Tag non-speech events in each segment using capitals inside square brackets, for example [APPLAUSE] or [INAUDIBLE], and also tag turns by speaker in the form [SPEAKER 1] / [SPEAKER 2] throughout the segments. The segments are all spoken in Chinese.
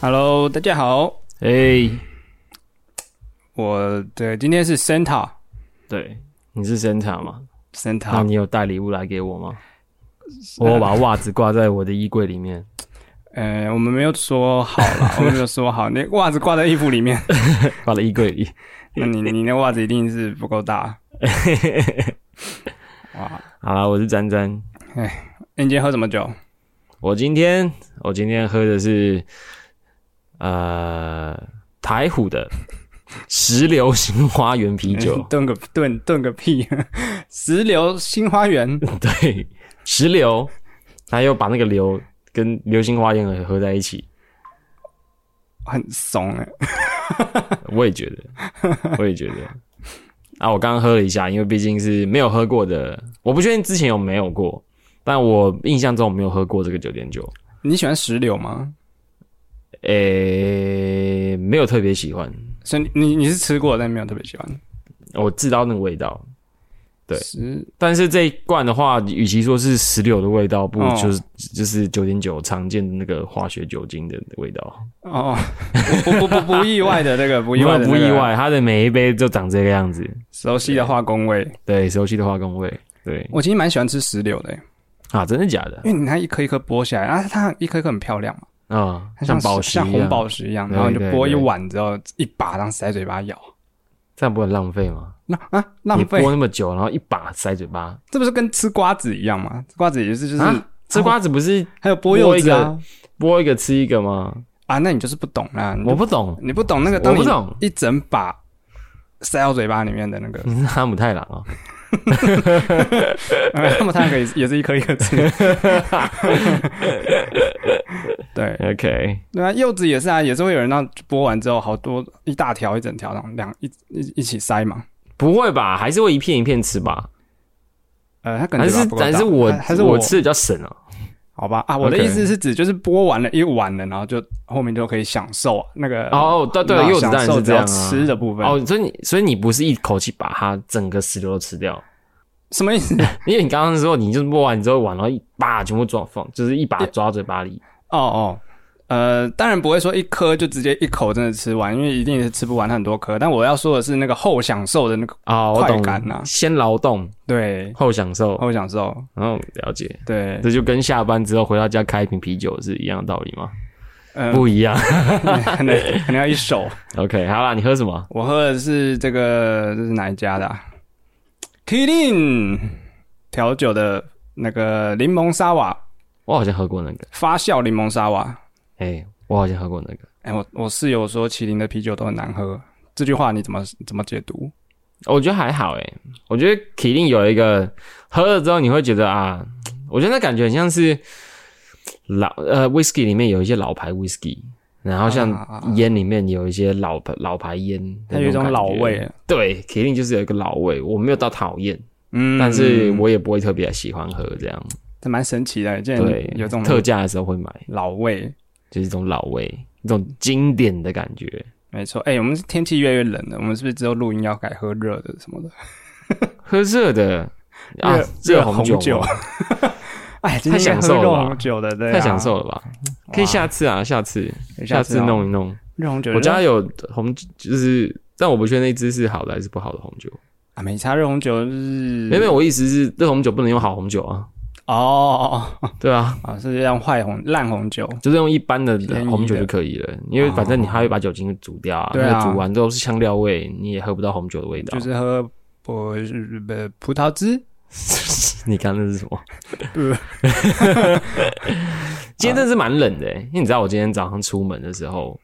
[SPEAKER 1] Hello，大家好，
[SPEAKER 2] 哎、
[SPEAKER 1] 我的今天是 Santa
[SPEAKER 2] 对，你是生产吗？那
[SPEAKER 1] Santa，
[SPEAKER 2] 你有带礼物来给我吗？我把袜子挂在我的衣柜里面。 [LAUGHS] 嗯
[SPEAKER 1] 呃，我们没有说好了，我们没有说好，那袜子挂在衣服里面，
[SPEAKER 2] 挂在衣柜里。
[SPEAKER 1] 那你你那袜子一定是不够大。哇，
[SPEAKER 2] 好啦，我是詹詹。
[SPEAKER 1] 那你今天喝什么酒？
[SPEAKER 2] 我今天我今天喝的是呃台虎的石榴新花园啤酒。
[SPEAKER 1] 炖个炖炖个屁！ [LAUGHS] 石榴新花园，
[SPEAKER 2] 对，石榴，他又把那个榴跟流星花园合在一起。
[SPEAKER 1] 很怂哎、
[SPEAKER 2] 我也觉得，
[SPEAKER 1] [LAUGHS]
[SPEAKER 2] 我也觉得。啊，我刚刚喝了一下，因为毕竟是没有喝过的，我不确定之前有没有过，但我印象中我没有喝过这个九点九，
[SPEAKER 1] 你喜欢石榴吗？
[SPEAKER 2] 诶、没有特别喜欢，
[SPEAKER 1] 所以你你你是吃过，但没有特别喜欢。
[SPEAKER 2] 我知道那个味道，对
[SPEAKER 1] 石
[SPEAKER 2] 但是这一罐的话，与其说是石榴的味道，不如
[SPEAKER 1] 哦
[SPEAKER 2] 就是、就是九点九常见的那个化学酒精的味道。
[SPEAKER 1] 哦，不不不不意外
[SPEAKER 2] [LAUGHS]
[SPEAKER 1] 的那个，不意外的、
[SPEAKER 2] 不意，外，它的每一杯就长这个样子，
[SPEAKER 1] 熟悉的化工味。
[SPEAKER 2] 对，熟悉的化工味，对
[SPEAKER 1] 我其实蛮喜欢吃石榴的、欸，
[SPEAKER 2] 啊，真的假的
[SPEAKER 1] 因为你它一颗一颗剥下来，啊，它一颗一颗很漂亮嘛，
[SPEAKER 2] 啊、
[SPEAKER 1] 它
[SPEAKER 2] 像
[SPEAKER 1] 是
[SPEAKER 2] 宝石
[SPEAKER 1] 像
[SPEAKER 2] 一
[SPEAKER 1] 红
[SPEAKER 2] 样
[SPEAKER 1] 宝石一样，
[SPEAKER 2] 对
[SPEAKER 1] 然后你就
[SPEAKER 2] 对
[SPEAKER 1] 剥一
[SPEAKER 2] 对
[SPEAKER 1] 碗之后，一把当塞嘴巴咬，
[SPEAKER 2] 这样不会很浪费吗？
[SPEAKER 1] 那啊浪
[SPEAKER 2] 你
[SPEAKER 1] 费
[SPEAKER 2] 剥，那么久，然后一把塞嘴巴，
[SPEAKER 1] 这不是跟吃瓜子一样吗？吃瓜子也是就是，
[SPEAKER 2] 啊吃瓜子不是
[SPEAKER 1] 还有剥柚子啊
[SPEAKER 2] 剥一个吃一个吗？
[SPEAKER 1] 啊，那你就是不懂啦，你就
[SPEAKER 2] 我不懂，
[SPEAKER 1] 你不懂那个，
[SPEAKER 2] 我
[SPEAKER 1] 当
[SPEAKER 2] 不
[SPEAKER 1] 你
[SPEAKER 2] 懂， [LAUGHS]
[SPEAKER 1] 一整把塞到嘴巴里面的那个， [LAUGHS]
[SPEAKER 2] 你是哈姆太郎啊？
[SPEAKER 1] 那么它可以也是一颗一颗吃，对
[SPEAKER 2] OK，
[SPEAKER 1] 对啊，柚子也是啊，也是会有人让剥完之后好多一大条一整条，然后两一一一起塞嘛。
[SPEAKER 2] 不会吧？还是会一片一片吃吧？
[SPEAKER 1] 呃，他可能
[SPEAKER 2] 还
[SPEAKER 1] 嘴巴
[SPEAKER 2] 是
[SPEAKER 1] 不够大
[SPEAKER 2] 还是我
[SPEAKER 1] 还还是我
[SPEAKER 2] 我吃的比较省哦。
[SPEAKER 1] 好吧啊，我的
[SPEAKER 2] OK
[SPEAKER 1] 意思是指就是剥完了一碗了，然后就后面就可以享受啊那个
[SPEAKER 2] 哦哦，对对
[SPEAKER 1] 然，后
[SPEAKER 2] 柚子当然
[SPEAKER 1] 享受
[SPEAKER 2] 是
[SPEAKER 1] 只
[SPEAKER 2] 这
[SPEAKER 1] 要
[SPEAKER 2] 样啊。
[SPEAKER 1] 吃的部分
[SPEAKER 2] 哦，所以你所以你不是一口气把它整个石榴都吃掉，
[SPEAKER 1] 什么意思？
[SPEAKER 2] 因为你刚刚说你就是摸完之后碗，然后一把全部抓放，就是一把抓嘴巴里。
[SPEAKER 1] 哦哦。呃，当然不会说一颗就直接一口真的吃完，因为一定是吃不完很多颗。但我要说的是那个后享受的那个，
[SPEAKER 2] 哦，我
[SPEAKER 1] 快
[SPEAKER 2] 懂
[SPEAKER 1] 感啊
[SPEAKER 2] 先劳动
[SPEAKER 1] 对，
[SPEAKER 2] 后享受，
[SPEAKER 1] 后享受，
[SPEAKER 2] 然后了解。
[SPEAKER 1] 对，
[SPEAKER 2] 这就跟下班之后回到家开一瓶啤酒是一样的道理吗？
[SPEAKER 1] 嗯、
[SPEAKER 2] 不一样。
[SPEAKER 1] [LAUGHS] 可能可能要一手。
[SPEAKER 2] OK，好啦，你喝什么？
[SPEAKER 1] 我喝的是这个，这是哪一家的、啊、？Kirin 调酒的那个柠檬沙瓦
[SPEAKER 2] 我好像喝过那个，
[SPEAKER 1] 发酵柠檬沙瓦。
[SPEAKER 2] 哎、我好像喝过那个。
[SPEAKER 1] 哎、我我室友说麒麟的啤酒都很难喝，这句话你怎么怎么解读？
[SPEAKER 2] 我觉得还好哎、我觉得麒麟有一个喝了之后你会觉得啊，我觉得那感觉很像是老呃 whisky 里面有一些老牌 whisky，然后
[SPEAKER 1] 啊
[SPEAKER 2] 像烟里面有一些老牌老牌烟，
[SPEAKER 1] 它有一种老。味，
[SPEAKER 2] 对，麒麟就是有一个老味，我没有到讨厌，
[SPEAKER 1] 嗯，
[SPEAKER 2] 但是我也不会特别喜欢喝这样。
[SPEAKER 1] 这蛮神奇的，竟然
[SPEAKER 2] 对，
[SPEAKER 1] 嗯有这种
[SPEAKER 2] 特价的时候会买。
[SPEAKER 1] 老味。
[SPEAKER 2] 就是一种老味，一种经典的感觉。
[SPEAKER 1] 没错，哎、我们天气越来越冷了，我们是不是之后录音要改喝热的什么的？
[SPEAKER 2] 喝热的啊
[SPEAKER 1] 热，
[SPEAKER 2] 热
[SPEAKER 1] 红
[SPEAKER 2] 酒
[SPEAKER 1] 酒
[SPEAKER 2] 嘛
[SPEAKER 1] [LAUGHS] 哎，今天应该
[SPEAKER 2] 太享受
[SPEAKER 1] 喝
[SPEAKER 2] 了
[SPEAKER 1] 热
[SPEAKER 2] 吧
[SPEAKER 1] 红酒的，对、啊，
[SPEAKER 2] 太享受了吧？可以下次啊，下次
[SPEAKER 1] 哇，
[SPEAKER 2] 下
[SPEAKER 1] 下次
[SPEAKER 2] 次
[SPEAKER 1] 哦
[SPEAKER 2] 弄一弄。
[SPEAKER 1] 热红酒。
[SPEAKER 2] 我家有红，就是但我不确定那支是好的还是不好的红酒。
[SPEAKER 1] 啊，没差，热红酒就是
[SPEAKER 2] 没有没有，我意思是热红酒不能用好红酒啊，
[SPEAKER 1] 哦哦
[SPEAKER 2] 对啊，
[SPEAKER 1] 哦，是让坏红烂红酒，
[SPEAKER 2] 就是用一般的
[SPEAKER 1] 便宜的
[SPEAKER 2] 红酒就可以了，因为反正你还会把酒精煮掉啊，
[SPEAKER 1] 对啊
[SPEAKER 2] 那煮完之后是香料味，你也喝不到红酒的味道
[SPEAKER 1] 就。是喝葡呃葡萄汁。
[SPEAKER 2] [LAUGHS] 你刚刚那是什么 [LAUGHS]
[SPEAKER 1] 呃？
[SPEAKER 2] 今天真的是蛮冷的欸、因为你知道我今天早上出门的时候，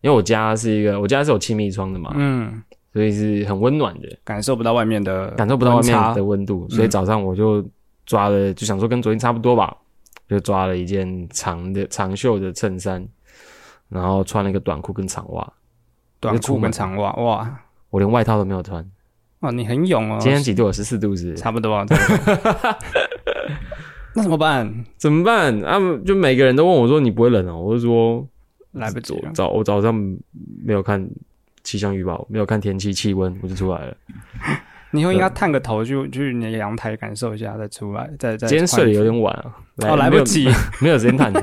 [SPEAKER 2] 因为我家是一个我家是有气密窗的嘛，
[SPEAKER 1] 嗯，
[SPEAKER 2] 所以是很温暖的，
[SPEAKER 1] 感受不到外面的，
[SPEAKER 2] 感受不到外面
[SPEAKER 1] 差。
[SPEAKER 2] 的温嗯度，所以早上我就抓了，就想说跟昨天差不多吧，就抓了一件长的长袖的衬衫，然后穿了一个短裤跟长袜，
[SPEAKER 1] 短裤
[SPEAKER 2] 出
[SPEAKER 1] 跟
[SPEAKER 2] 门
[SPEAKER 1] 长袜，哇
[SPEAKER 2] 我连外套都没有穿。
[SPEAKER 1] 哇，你很勇哦，
[SPEAKER 2] 今天几度？十四度是不是
[SPEAKER 1] 差不
[SPEAKER 2] [LAUGHS]
[SPEAKER 1] 多。差不多那怎么办？
[SPEAKER 2] 怎么办？啊，就每个人都问我说你不会冷哦、我就说
[SPEAKER 1] 来不及
[SPEAKER 2] 我
[SPEAKER 1] 了。
[SPEAKER 2] 早我早上没有看气象预报，没有看天气气温，我就出来了。
[SPEAKER 1] 你以后应该探个头去去你的阳台感受一下，再出来，再再。
[SPEAKER 2] 今天睡得有点晚啊，
[SPEAKER 1] 哦，来
[SPEAKER 2] 没
[SPEAKER 1] 不
[SPEAKER 2] 有
[SPEAKER 1] 及，
[SPEAKER 2] [LAUGHS] 没有时间探
[SPEAKER 1] [LAUGHS]
[SPEAKER 2] 头。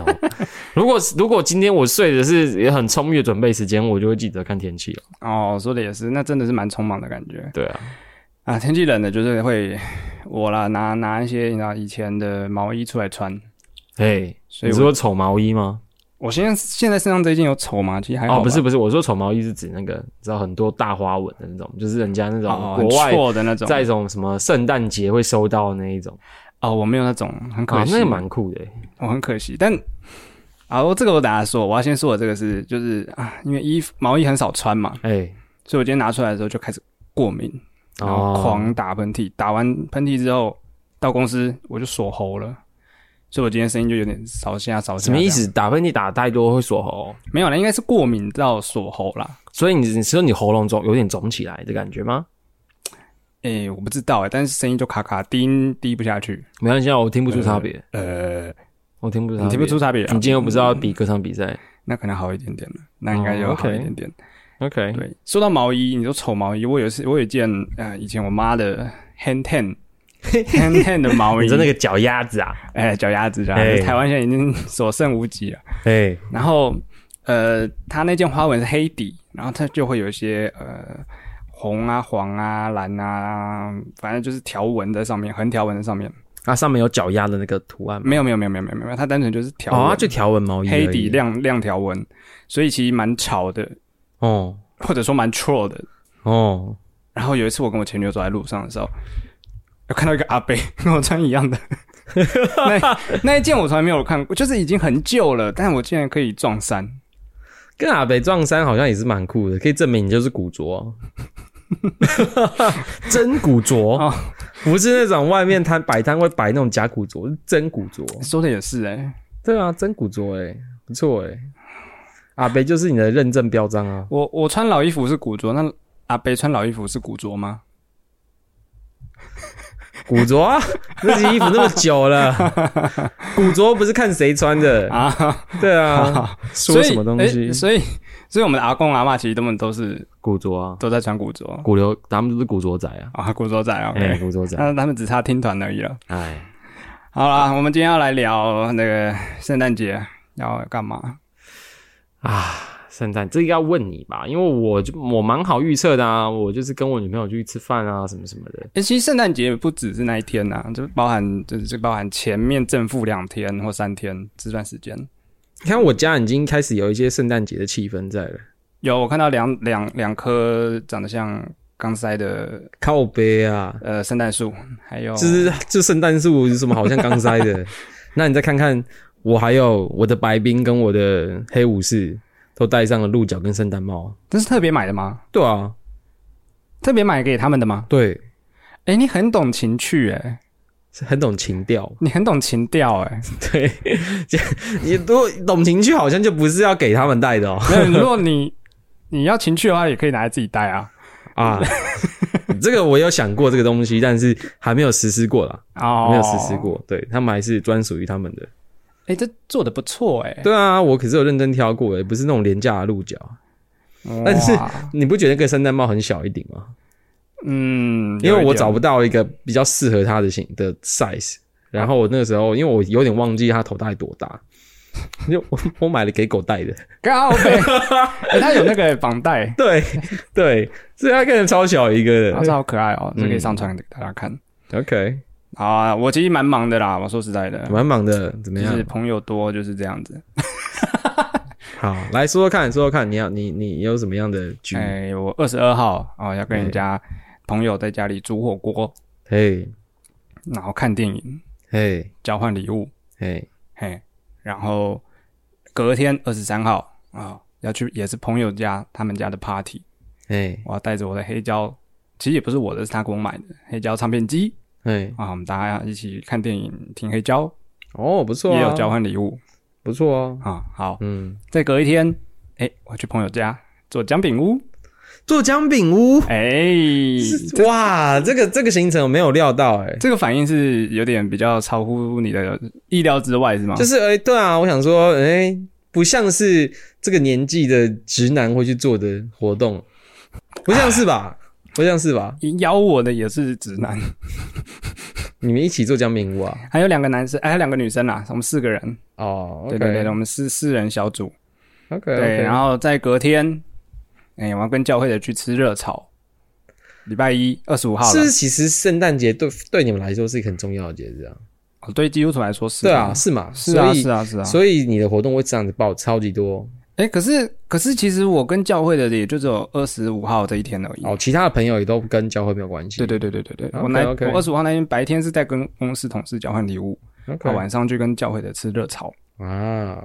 [SPEAKER 2] 如果如果今天我睡的是也很充裕的准备时间，我就会记得看天气了。
[SPEAKER 1] 哦，说的也是，那真的是蛮匆忙的感觉
[SPEAKER 2] 对啊，
[SPEAKER 1] 啊！天气冷了，就是会我啦，拿拿一些你知道以前的毛衣出来穿。
[SPEAKER 2] 哎，
[SPEAKER 1] 所
[SPEAKER 2] 你
[SPEAKER 1] 以我
[SPEAKER 2] 说丑毛衣吗？
[SPEAKER 1] 我现在现在身上这件有丑吗？其实还好吧、
[SPEAKER 2] 哦，不是不是，我说丑毛衣是指那个，你知道很多大花纹的那种，就是人家那种
[SPEAKER 1] 哦，
[SPEAKER 2] 国外
[SPEAKER 1] 很错的那种。
[SPEAKER 2] 在一种什么圣诞节会收到的那一种，
[SPEAKER 1] 哦，我没有那种，很可
[SPEAKER 2] 啊，
[SPEAKER 1] 惜，
[SPEAKER 2] 那个蛮酷的欸。
[SPEAKER 1] 我哦很可惜。但啊，我这个我等下说，我要先说我这个是就是啊，因为衣服毛衣很少穿嘛，
[SPEAKER 2] 哎，
[SPEAKER 1] 所以我今天拿出来的时候就开始过敏，然后
[SPEAKER 2] 哦
[SPEAKER 1] 狂打喷嚏，打完喷嚏之后到公司我就锁喉了，所以我今天声音就有点少下少下。
[SPEAKER 2] 什么意？思？打喷嚏打太多会锁喉，
[SPEAKER 1] 没有啦，应该是过敏到锁喉啦。
[SPEAKER 2] 所以你你说你喉咙肿有点肿起来的感觉吗？
[SPEAKER 1] 诶、我不知道诶、但是声音就卡卡，低音低不下去。
[SPEAKER 2] 没关系啊，我听不出差别，
[SPEAKER 1] 呃，
[SPEAKER 2] 我听不出差
[SPEAKER 1] 你
[SPEAKER 2] 别，
[SPEAKER 1] 听不出差别、
[SPEAKER 2] 你
[SPEAKER 1] 啊？
[SPEAKER 2] 今天又不是要比歌唱比赛
[SPEAKER 1] 那可能好一点点了，那应该
[SPEAKER 2] 哦
[SPEAKER 1] 就
[SPEAKER 2] ，OK
[SPEAKER 1] 好一点点。
[SPEAKER 2] ？OK，
[SPEAKER 1] 对，说到毛衣，你说丑毛衣，我有一次我有一件呃，以前我妈的 hand tan hand tan 的毛衣，
[SPEAKER 2] 你真那个脚丫子啊，
[SPEAKER 1] 哎、脚丫子这样，
[SPEAKER 2] 哎
[SPEAKER 1] 台湾现在已经所剩无几了。
[SPEAKER 2] 哎，
[SPEAKER 1] 然后呃，它那件花纹是黑底，然后它就会有一些呃红啊、黄啊、蓝啊，反正就是条纹在上面，横条纹在上面。
[SPEAKER 2] 那啊上面有脚丫的那个图案吗？
[SPEAKER 1] 没有没有没有没有没有没有，它单纯就是条
[SPEAKER 2] 哦，
[SPEAKER 1] 纹，
[SPEAKER 2] 它就条纹毛衣而已，
[SPEAKER 1] 黑底亮亮条纹，所以其实蛮潮的，
[SPEAKER 2] 哦
[SPEAKER 1] 或者说蛮 troll 的。
[SPEAKER 2] 哦，
[SPEAKER 1] 然后有一次我跟我前女友走在路上的时候，有看到一个阿伯 [LAUGHS] 跟我穿一样的， [LAUGHS] 那那一件 [LAUGHS] 我从来没有看过，就是已经很旧了，但我竟然可以撞衫。
[SPEAKER 2] 跟阿北撞衫好像也是蛮酷的，可以证明你就是古着 [LAUGHS] 啊、真古着，
[SPEAKER 1] 哦
[SPEAKER 2] 不是那种外面摊摆摊会摆那种假古着，是真古着。
[SPEAKER 1] 说的也是哎、
[SPEAKER 2] 对啊，真古着哎、不错哎、阿北就是你的认证标章啊。
[SPEAKER 1] 我我穿老衣服是古着，那阿伯穿老衣服是古着吗？
[SPEAKER 2] 古着啊， [LAUGHS] 那件衣服那么
[SPEAKER 1] [LAUGHS]
[SPEAKER 2] 久了，古着不是看谁穿的
[SPEAKER 1] 啊，
[SPEAKER 2] 对啊，说什么东西？
[SPEAKER 1] 所以、诶所以所以我们的阿公阿妈其实他们都是
[SPEAKER 2] 古着啊，
[SPEAKER 1] 都在穿古着
[SPEAKER 2] 古流，他们都是古着仔啊，
[SPEAKER 1] 啊，古着仔啊，
[SPEAKER 2] 哎、
[SPEAKER 1] OK
[SPEAKER 2] 古着仔，
[SPEAKER 1] 那他们只差听团而已了。
[SPEAKER 2] 哎，
[SPEAKER 1] 好啦，我们今天要来聊那个圣诞节要干嘛？
[SPEAKER 2] 圣诞这个要问你吧，因为我就我蛮好预测的啊，我就是跟我女朋友去吃饭啊，什么什么的。
[SPEAKER 1] 欸、其实圣诞节不只是那一天呐、啊就包含就是就包含前面正负两天或三天这段时间。
[SPEAKER 2] 你看我家已经开始有一些圣诞节的气氛在了，
[SPEAKER 1] 有我看到两两两棵长得像钢塞的
[SPEAKER 2] 靠背啊，
[SPEAKER 1] 呃圣诞树，还有
[SPEAKER 2] 就是就圣诞树有什么好像刚
[SPEAKER 1] [LAUGHS]
[SPEAKER 2] 塞的？那你再看看，我还有我的白冰跟我的黑武士都戴上了鹿角跟圣诞帽。
[SPEAKER 1] 这是特别买的吗？
[SPEAKER 2] 对啊，
[SPEAKER 1] 特别买给他们的吗？
[SPEAKER 2] 对，
[SPEAKER 1] 哎、你很懂情趣哎、
[SPEAKER 2] 是很懂情调。
[SPEAKER 1] 你很懂情调哎、
[SPEAKER 2] 对，你如果懂情趣，好像就不是要给他们戴的哦。
[SPEAKER 1] 没有，如果你你要情趣的话，也可以拿来自己戴 [LAUGHS] 啊。
[SPEAKER 2] 啊， [LAUGHS] 这个我有想过这个东西，但是还没有实施过啦，
[SPEAKER 1] 哦
[SPEAKER 2] 还没有实施。过。对他们还是专属于他们的。
[SPEAKER 1] 哎、这做的不错哎、
[SPEAKER 2] 对啊，我可是有认真挑过，也不是那种廉价的鹿角。
[SPEAKER 1] 欸，
[SPEAKER 2] 但是
[SPEAKER 1] 哇
[SPEAKER 2] 你不觉得那个圣诞帽很小一顶吗？
[SPEAKER 1] 嗯，
[SPEAKER 2] 因为
[SPEAKER 1] 有一
[SPEAKER 2] 我
[SPEAKER 1] 点
[SPEAKER 2] 找不到一个比较适合它的型的 size。然后我那个时候，因为我有点忘记它头大概多大， [LAUGHS] 就我我买了给狗戴的。
[SPEAKER 1] 高呗，欸它有那个绑带。
[SPEAKER 2] [LAUGHS] 对对，所以它可能超小一个
[SPEAKER 1] 啊，这好可爱哦，
[SPEAKER 2] 嗯
[SPEAKER 1] 这可以上传给大家看。
[SPEAKER 2] 的。OK，
[SPEAKER 1] 好啊，我其实蛮忙的啦，我说实在的，
[SPEAKER 2] 蛮忙的，怎么
[SPEAKER 1] 就
[SPEAKER 2] 样
[SPEAKER 1] 是？朋友多就是这样子。
[SPEAKER 2] 好，来说说看，说说看，你要你你有什么样的局？
[SPEAKER 1] 哎、我二十二号哦，要跟
[SPEAKER 2] 哎
[SPEAKER 1] 人家朋友在家里煮火锅，
[SPEAKER 2] 嘿，
[SPEAKER 1] 然后看电影，
[SPEAKER 2] 嘿，
[SPEAKER 1] 交换礼物，
[SPEAKER 2] 嘿，
[SPEAKER 1] 嘿，然后隔天二十三号啊、哦要去也是朋友家他们家的 party，
[SPEAKER 2] 嘿，
[SPEAKER 1] 我要带着我的黑胶。其实也不是我的，是他给我买的黑胶唱片机
[SPEAKER 2] 嘿，
[SPEAKER 1] 啊，我们大家一起看电影、听黑胶，
[SPEAKER 2] 哦，不错
[SPEAKER 1] 也有交
[SPEAKER 2] 啊，
[SPEAKER 1] 换礼物
[SPEAKER 2] 不错啊，
[SPEAKER 1] 啊。好，
[SPEAKER 2] 嗯，
[SPEAKER 1] 再隔一天，哎、我去朋友家做姜饼屋，
[SPEAKER 2] 做姜饼屋，
[SPEAKER 1] 哎、
[SPEAKER 2] 哇，这个这个行程我没有料到，哎，
[SPEAKER 1] 这个反应是有点比较超乎你的意料之外，是吗？
[SPEAKER 2] 就是哎、诶对啊，我想说，哎、不像是这个年纪的直男会去做的活动，不像是吧？我不像是吧？
[SPEAKER 1] 咬我的也是直
[SPEAKER 2] [LAUGHS]
[SPEAKER 1] 男，
[SPEAKER 2] 你们一起做姜饼屋啊？
[SPEAKER 1] 还有两个男生，哎还有两个女生啦，我们四个人，
[SPEAKER 2] 哦
[SPEAKER 1] 对对对，我们四四人小组，
[SPEAKER 2] ，OK，
[SPEAKER 1] 对，然
[SPEAKER 2] 后
[SPEAKER 1] 后在隔天，哎、我要跟教会的去吃热炒，礼拜一二十五号
[SPEAKER 2] 是
[SPEAKER 1] 了
[SPEAKER 2] 不是其实圣诞节对对你们来说是一个很重要的节日啊？
[SPEAKER 1] 哦对基督徒来说是
[SPEAKER 2] 对啊，，是嘛？
[SPEAKER 1] 是啊
[SPEAKER 2] 所以
[SPEAKER 1] 是啊是啊，
[SPEAKER 2] 所以你的活动会这样子爆超级多
[SPEAKER 1] 哎、可是可是其实我跟教会的也就只有二十五号这一天而已。
[SPEAKER 2] 哦，其他的朋友也都跟教会没有关系。
[SPEAKER 1] 对对对对对对，
[SPEAKER 2] OK，
[SPEAKER 1] 我那
[SPEAKER 2] OK
[SPEAKER 1] 我二十五号那天白天是在跟公司同事交换礼物，
[SPEAKER 2] ，OK，
[SPEAKER 1] 晚上去跟教会的吃热炒。
[SPEAKER 2] 啊，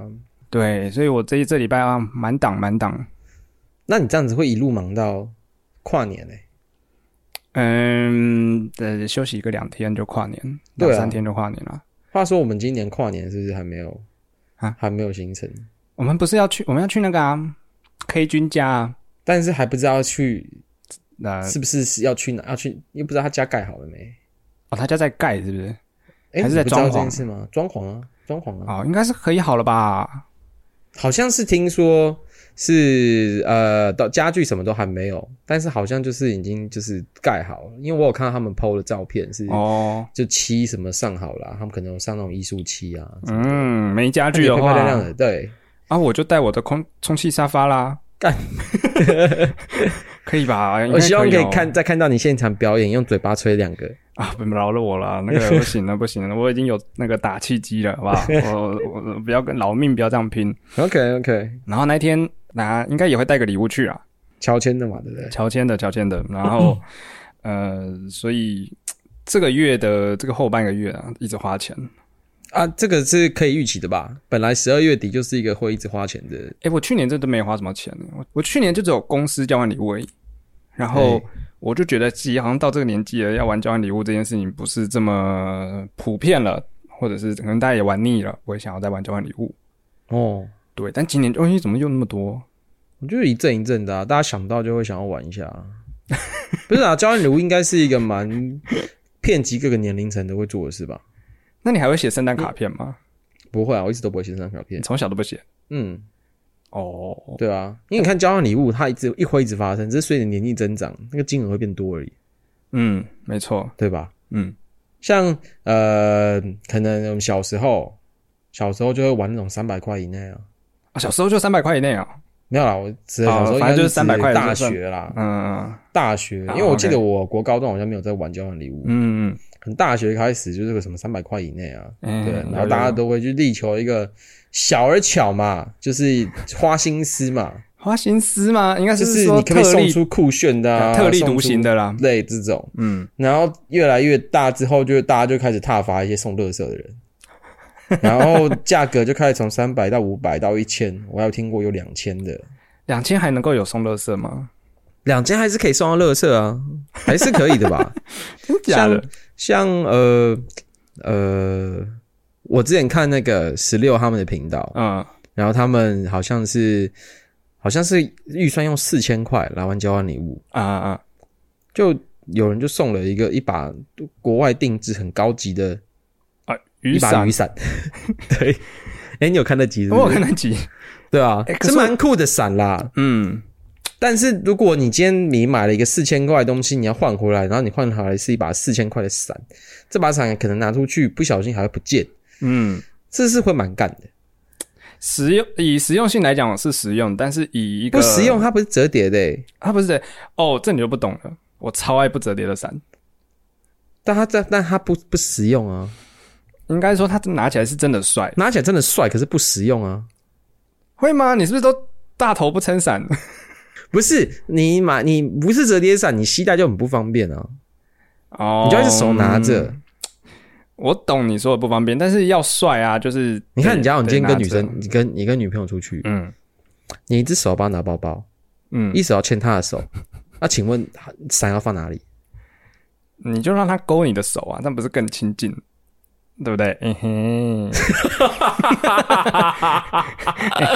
[SPEAKER 1] 对，所以我这一这礼拜啊，满档满档。
[SPEAKER 2] 那你这样子会一路忙到跨年呢、欸
[SPEAKER 1] 嗯，呃，休息一个两天就跨年，
[SPEAKER 2] 对啊
[SPEAKER 1] 两三天就跨年了。
[SPEAKER 2] 话说我们今年跨年是不是还没有
[SPEAKER 1] 啊？
[SPEAKER 2] 还没有行程，
[SPEAKER 1] 我们不是要去，我们要去那个啊 K 君家啊，
[SPEAKER 2] 但是还不知道去
[SPEAKER 1] 那、
[SPEAKER 2] 是不是是要去哪，要去又不知道他家盖好了没？
[SPEAKER 1] 哦，他家在盖是不是？
[SPEAKER 2] 哎、
[SPEAKER 1] 还是在
[SPEAKER 2] 你不知
[SPEAKER 1] 装
[SPEAKER 2] 道
[SPEAKER 1] 潢啊
[SPEAKER 2] 这件事吗？装潢啊，装潢啊，
[SPEAKER 1] 哦，应该是可以好了吧？
[SPEAKER 2] 好像是听说是呃，到家具什么都还没有，但是好像就是已经就是盖好了，因为我有看到他们 PO 的照片是
[SPEAKER 1] 哦，
[SPEAKER 2] 就漆什么上好了，他们可能有上那种艺术漆啊，
[SPEAKER 1] 嗯，没家具的
[SPEAKER 2] 漂漂
[SPEAKER 1] 话
[SPEAKER 2] 亮亮的，对，
[SPEAKER 1] 啊，我就带我的空充气沙发啦，
[SPEAKER 2] 干，
[SPEAKER 1] [LAUGHS] 可以
[SPEAKER 2] [LAUGHS]
[SPEAKER 1] 吧？应该
[SPEAKER 2] 我希望可以
[SPEAKER 1] 哦
[SPEAKER 2] 看再看到你现场表演，用嘴巴吹两个。
[SPEAKER 1] 啊，不饶了我了，那个不行了，不行了，我已经有那个打气机了，好不好？我我我不要跟老命不要这样拼。
[SPEAKER 2] OK OK，
[SPEAKER 1] 然后那一天，那、应该也会带个礼物去啊，
[SPEAKER 2] 乔迁的嘛，对不对？
[SPEAKER 1] 乔迁的，乔迁的。然后，呃，所以这个月的这个后半个月啊，一直花钱。
[SPEAKER 2] 啊，这个是可以预期的吧？本来十二月底就是一个会一直花钱的，
[SPEAKER 1] 诶，我去年真的没花什么钱，我我去年就只有公司交换礼物而已。然后
[SPEAKER 2] 对
[SPEAKER 1] 我就觉得，自己好像到这个年纪了，要玩交换礼物这件事情不是这么普遍了，或者是可能大家也玩腻了，我也想要再玩交换礼物。
[SPEAKER 2] 哦，
[SPEAKER 1] 对，但今年东西怎么又那么多？
[SPEAKER 2] 我觉得一阵一阵的、啊，大家想到就会想要玩一下啊。 [LAUGHS] 不是啊，交换礼物应该是一个蛮遍及各个年龄层都会做的事吧？
[SPEAKER 1] 那你还会写圣诞卡
[SPEAKER 2] 嗯
[SPEAKER 1] 片吗？
[SPEAKER 2] 不会啊，我一直都不会写张卡
[SPEAKER 1] 你
[SPEAKER 2] 片。
[SPEAKER 1] 从小都不写
[SPEAKER 2] 嗯，
[SPEAKER 1] 哦。
[SPEAKER 2] 对啊，因为你看交换礼物，它一直一会一直发生，只是随着年纪增长，那个金额会变多而已，
[SPEAKER 1] 嗯，没错，
[SPEAKER 2] 对吧？
[SPEAKER 1] 嗯，
[SPEAKER 2] 像呃，可能我们小时候，小时候就会玩那种三百块以内啊，
[SPEAKER 1] 啊，小时候就三百块以内啊。
[SPEAKER 2] 没有啦，我指的小时
[SPEAKER 1] 哦
[SPEAKER 2] 候应
[SPEAKER 1] 反
[SPEAKER 2] 该
[SPEAKER 1] 正就是是300块
[SPEAKER 2] 大
[SPEAKER 1] 就算
[SPEAKER 2] 学啦，
[SPEAKER 1] 嗯
[SPEAKER 2] 大学，
[SPEAKER 1] 啊
[SPEAKER 2] 因为我记
[SPEAKER 1] OK
[SPEAKER 2] 得我国高中好像没有在玩交换礼物，
[SPEAKER 1] 嗯
[SPEAKER 2] 可能大学开始就是个什么三百块以内啊，
[SPEAKER 1] 嗯，
[SPEAKER 2] 对，
[SPEAKER 1] 嗯
[SPEAKER 2] 然后大家都会去力求一个小而巧嘛，就是花心思嘛，
[SPEAKER 1] 花心思吗？应该
[SPEAKER 2] 就是你
[SPEAKER 1] 说
[SPEAKER 2] 可不可以
[SPEAKER 1] 特
[SPEAKER 2] 送
[SPEAKER 1] 立
[SPEAKER 2] 出酷炫的啊，
[SPEAKER 1] 特立独行的啦
[SPEAKER 2] 送。出类这种，
[SPEAKER 1] 嗯，
[SPEAKER 2] 然后越来越大之后，就大家就开始挞伐一些送乐色的 [LAUGHS] 人，然后价格就开始从三百到五百到一千，我还有听过有两千的，
[SPEAKER 1] 两千还能够有送乐色吗？
[SPEAKER 2] 两千还是可以送到乐色啊，还是可以的吧？
[SPEAKER 1] 真假的？
[SPEAKER 2] 像呃呃，我之前看那个十六他们的频道，
[SPEAKER 1] 嗯，
[SPEAKER 2] 然后他们好像是好像是预算用四千块来玩交换礼物，
[SPEAKER 1] 啊啊，
[SPEAKER 2] 就有人就送了一个一把国外定制很高级的
[SPEAKER 1] 啊雨
[SPEAKER 2] 一把
[SPEAKER 1] 伞哦
[SPEAKER 2] 雨，伞， [LAUGHS] 对。哎、你有看那集是不
[SPEAKER 1] 我有
[SPEAKER 2] 是
[SPEAKER 1] 看那集。
[SPEAKER 2] 对啊，
[SPEAKER 1] 诶可
[SPEAKER 2] 是
[SPEAKER 1] 是我
[SPEAKER 2] 蛮酷的伞啦。
[SPEAKER 1] 嗯，
[SPEAKER 2] 但是如果你今天你买了一个四千块的东西，你要换回来，然后你换回来是一把四千块的伞，这把伞可能拿出去不小心还会不见，
[SPEAKER 1] 嗯，
[SPEAKER 2] 这是会蛮干的。
[SPEAKER 1] 实用以实用性来讲是实用，但是以一个
[SPEAKER 2] 不实用，，它不是折叠的、欸，
[SPEAKER 1] 它不是哦，这你就不懂了。我超爱不折叠的伞，
[SPEAKER 2] 但它这但它不不实用啊，
[SPEAKER 1] 应该说它拿起来是真的帅。
[SPEAKER 2] 拿起来真的帅，可是不实用啊。
[SPEAKER 1] 会吗？你是不是都大头不撑
[SPEAKER 2] [LAUGHS]
[SPEAKER 1] 伞？
[SPEAKER 2] 不是你买你不是折叠伞，你携带就很不方便啊，
[SPEAKER 1] 哦
[SPEAKER 2] 你就要一只手拿着。
[SPEAKER 1] 嗯我懂你说的不方便，但是要帅啊，就是
[SPEAKER 2] 你看，假如你今天跟女，
[SPEAKER 1] 得
[SPEAKER 2] 生，
[SPEAKER 1] 拿着
[SPEAKER 2] 你跟你跟女朋友出去，
[SPEAKER 1] 嗯
[SPEAKER 2] 你一只手帮她拿包包，
[SPEAKER 1] 嗯，
[SPEAKER 2] 一手要牵她的手，那请问伞要放哪里？
[SPEAKER 1] 你就让他勾你的手啊，那不是更亲近，对不对？嗯哼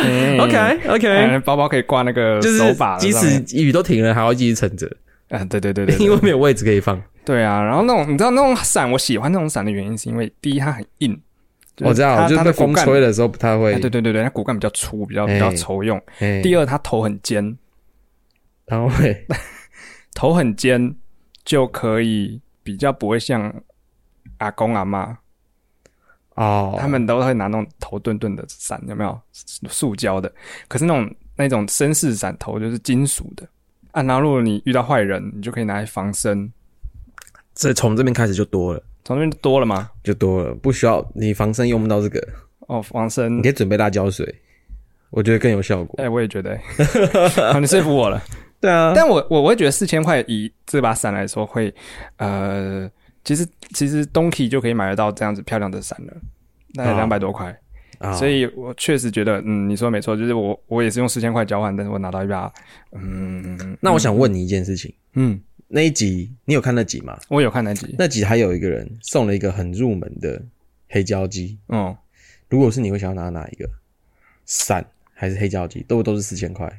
[SPEAKER 1] 嗯哼
[SPEAKER 2] [LAUGHS] OK，
[SPEAKER 1] 哎包包可以挂那个
[SPEAKER 2] 就是
[SPEAKER 1] 手把
[SPEAKER 2] 即
[SPEAKER 1] 在上
[SPEAKER 2] 使
[SPEAKER 1] 面，
[SPEAKER 2] 雨都停了，还要继续撑着，
[SPEAKER 1] 啊，对对对对，对
[SPEAKER 2] [LAUGHS] 因为没有位置可以放。
[SPEAKER 1] 对啊。然后那种你知道那种伞，我喜欢那种伞的原因是因为第一它很硬，就
[SPEAKER 2] 我知道，
[SPEAKER 1] 它
[SPEAKER 2] 就是
[SPEAKER 1] 它
[SPEAKER 2] 被
[SPEAKER 1] 的骨
[SPEAKER 2] 风
[SPEAKER 1] 干
[SPEAKER 2] 吹的时候不太会
[SPEAKER 1] 哎。对对对对，它骨干比较粗，比较比
[SPEAKER 2] 哎
[SPEAKER 1] 较愁用。
[SPEAKER 2] 哎
[SPEAKER 1] [LAUGHS] 第二，它头很尖，
[SPEAKER 2] 然后会
[SPEAKER 1] 头很尖，就可以比较不会像阿公阿妈，
[SPEAKER 2] 哦，
[SPEAKER 1] 他们都会拿那种头钝钝的伞，有没有？塑胶的，可是那种那种绅士伞头就是金属的啊。然后如果你遇到坏人，你就可以拿来防身。
[SPEAKER 2] 这从这边开始就多了，
[SPEAKER 1] 从那边多了吗？
[SPEAKER 2] 就多了，不需要你防身用不到这个，
[SPEAKER 1] 哦，防身
[SPEAKER 2] 你可，以准备辣椒水，我觉得更有效果。
[SPEAKER 1] 哎、我也觉得、欸 [LAUGHS] 好你说服我了。
[SPEAKER 2] 对啊，
[SPEAKER 1] 但我我会觉得四千块以这把伞来说会，呃，其实其实 Donkey 就可以买得到这样子漂亮的伞了，大概
[SPEAKER 2] 啊
[SPEAKER 1] 两百多块。
[SPEAKER 2] 啊
[SPEAKER 1] 所以我确实觉得，嗯，你说没错，就是我我也是用四千块交换，但是我拿到一把，嗯
[SPEAKER 2] 那我想问你一件事情，
[SPEAKER 1] 嗯，
[SPEAKER 2] 那一集你有看那集吗？
[SPEAKER 1] 我有看那集，
[SPEAKER 2] 那集还有一个人送了一个很入门的黑胶机，
[SPEAKER 1] 嗯，
[SPEAKER 2] 如果是你会想要拿哪一个？伞还是黑胶机？都都是四千块，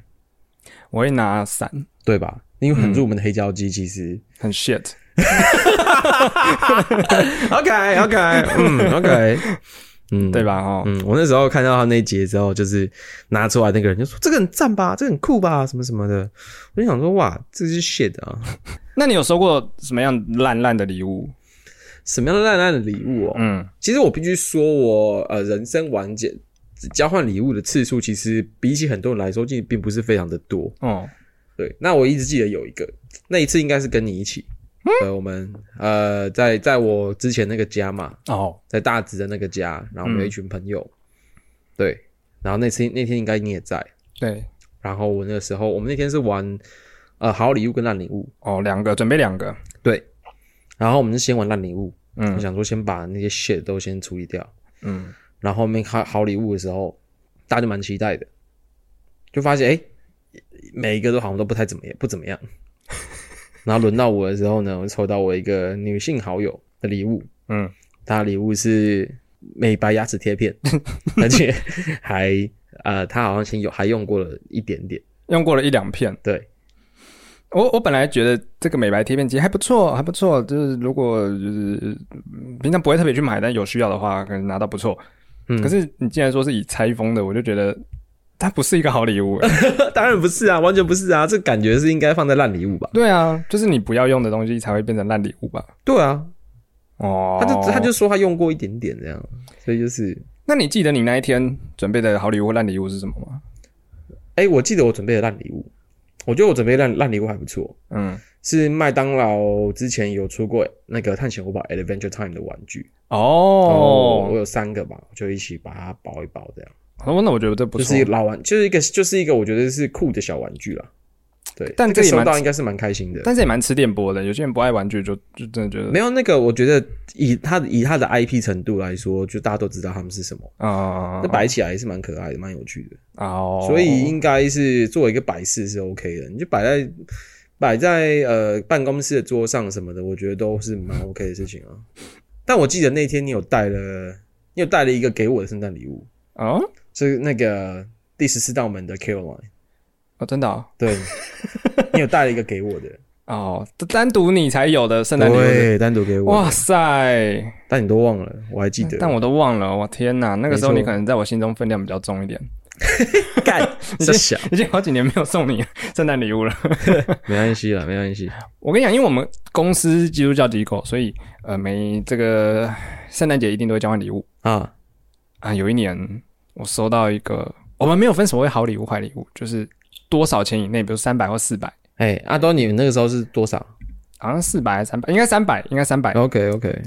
[SPEAKER 1] 我会拿伞，
[SPEAKER 2] 对吧？因为很入门的黑胶机其 [LAUGHS] 实、
[SPEAKER 1] 很 shit。
[SPEAKER 2] OK OK，嗯 OK，嗯，
[SPEAKER 1] 对？吧？哦，
[SPEAKER 2] 嗯，我那时候看到他那一集之后，就是拿出来那个人就说：“这个很赞吧，这个很酷吧，什么什么的。”我就想说：“哇，这是 shit 啊，
[SPEAKER 1] 那你有收过什么样烂烂的礼物？
[SPEAKER 2] 什么样的烂烂的礼物哦！”
[SPEAKER 1] 嗯，
[SPEAKER 2] 其实我必须说我，呃人生完结交换礼物的次数，其实比起很多人来说，其实并不是非常的多。
[SPEAKER 1] 哦，
[SPEAKER 2] 对，那我一直记得有一个，那一次应该是跟你一起，呃，我们呃在在我之前那个家嘛，
[SPEAKER 1] 哦，
[SPEAKER 2] 在大直的那个家，然后我们有一群朋友，对，然后那次那天应该你也在，
[SPEAKER 1] 对，
[SPEAKER 2] 然后我那个时候我们那天是玩呃好礼物跟烂礼物，
[SPEAKER 1] 哦，两个，准备两个，
[SPEAKER 2] 对，然后我们是先玩烂礼物，我
[SPEAKER 1] 嗯
[SPEAKER 2] 想说先把那些 shit 都先处理掉，
[SPEAKER 1] 嗯，
[SPEAKER 2] 然后后面看好礼物的时候，大家就蛮期待的，就发现哎、诶每一个都好像都不太怎么样，不怎么样。然后轮到我的时候呢，我抽到我一个女性好友的礼物，
[SPEAKER 1] 嗯，
[SPEAKER 2] 她的礼物是美白牙齿贴片，而且还呃，她好像先有还用过了一点点，
[SPEAKER 1] 用过了一两片。
[SPEAKER 2] 对，
[SPEAKER 1] 我我本来觉得这个美白贴片其实还不错，还不错，就是如果就是嗯平常不会特别去买，但有需要的话，可能拿到不错。
[SPEAKER 2] 嗯
[SPEAKER 1] 可是你既然说是以拆封的，我就觉得它不是一个好礼物。欸 [LAUGHS]
[SPEAKER 2] 当然不是啊，完全不是啊，这感觉是应该放在烂礼物吧？
[SPEAKER 1] 对啊，就是你不要用的东西才会变成烂礼物吧？
[SPEAKER 2] 对啊，
[SPEAKER 1] 哦，
[SPEAKER 2] 她就她就说她用过一点点这样，所以就是
[SPEAKER 1] 那你记得你那一天准备的好礼物、烂礼物是什么吗？
[SPEAKER 2] 哎、我记得我准备的烂礼物，我觉得我准备烂烂礼物还不错，
[SPEAKER 1] 嗯，
[SPEAKER 2] 是麦当劳之前有出过那个探险活宝 Adventure Time 的玩具
[SPEAKER 1] 哦
[SPEAKER 2] 我，有三个吧，我就一起把它包一包，这样
[SPEAKER 1] 哦，那我觉得这不
[SPEAKER 2] 就
[SPEAKER 1] 错，
[SPEAKER 2] 是一个老玩，就是一个就是一个我觉得是酷的小玩具啦。对，
[SPEAKER 1] 但
[SPEAKER 2] 这个
[SPEAKER 1] 这也
[SPEAKER 2] 收
[SPEAKER 1] 蛮
[SPEAKER 2] 到应该是蛮开心的。
[SPEAKER 1] 但是也蛮吃电波的。有些人不爱玩具就，就真的觉得
[SPEAKER 2] 没有那个，我觉得以它以它的 IP 程度来说，就大家都知道他们是什么，
[SPEAKER 1] 啊
[SPEAKER 2] 那，摆起来也是蛮可爱的，蛮有趣的。
[SPEAKER 1] 哦，
[SPEAKER 2] 所以应该是作为一个摆饰是 OK 的，你就摆在摆在呃办公室的桌上什么的，我觉得都是蛮 OK 的事情啊。但我记得那天你有带了，你有带了一个给我的圣诞礼物，
[SPEAKER 1] 哦
[SPEAKER 2] 是那个第十四道门的 Caroline，
[SPEAKER 1] 哦，真的哦
[SPEAKER 2] [LAUGHS] 对你有带了一个给我的，
[SPEAKER 1] 哦，单独你才有的圣诞礼物。
[SPEAKER 2] 对，单独给我
[SPEAKER 1] 哇
[SPEAKER 2] 的，
[SPEAKER 1] 塞！
[SPEAKER 2] 但你都忘了，我还记得，
[SPEAKER 1] 但我都忘了，我天哪！那个时候
[SPEAKER 2] 没错
[SPEAKER 1] 你可能在我心中分量比较重一点， [LAUGHS]
[SPEAKER 2] 干 [LAUGHS] 这小，
[SPEAKER 1] 已经好几年没有送你圣诞礼物了。
[SPEAKER 2] 没关系啦，没关系，
[SPEAKER 1] 我跟你讲，因为我们公司基督教机构，所以呃，每这个圣诞节一定都会交换礼物。
[SPEAKER 2] 啊，
[SPEAKER 1] 啊，有一年我收到一个，哦我们没有分所谓好礼物坏礼物，就是多少钱以内，比如三百或四百，
[SPEAKER 2] 哎，阿东，你那个时候是多少
[SPEAKER 1] 好像四百还是三百，应该三百，应该三百。
[SPEAKER 2] ？OK OK，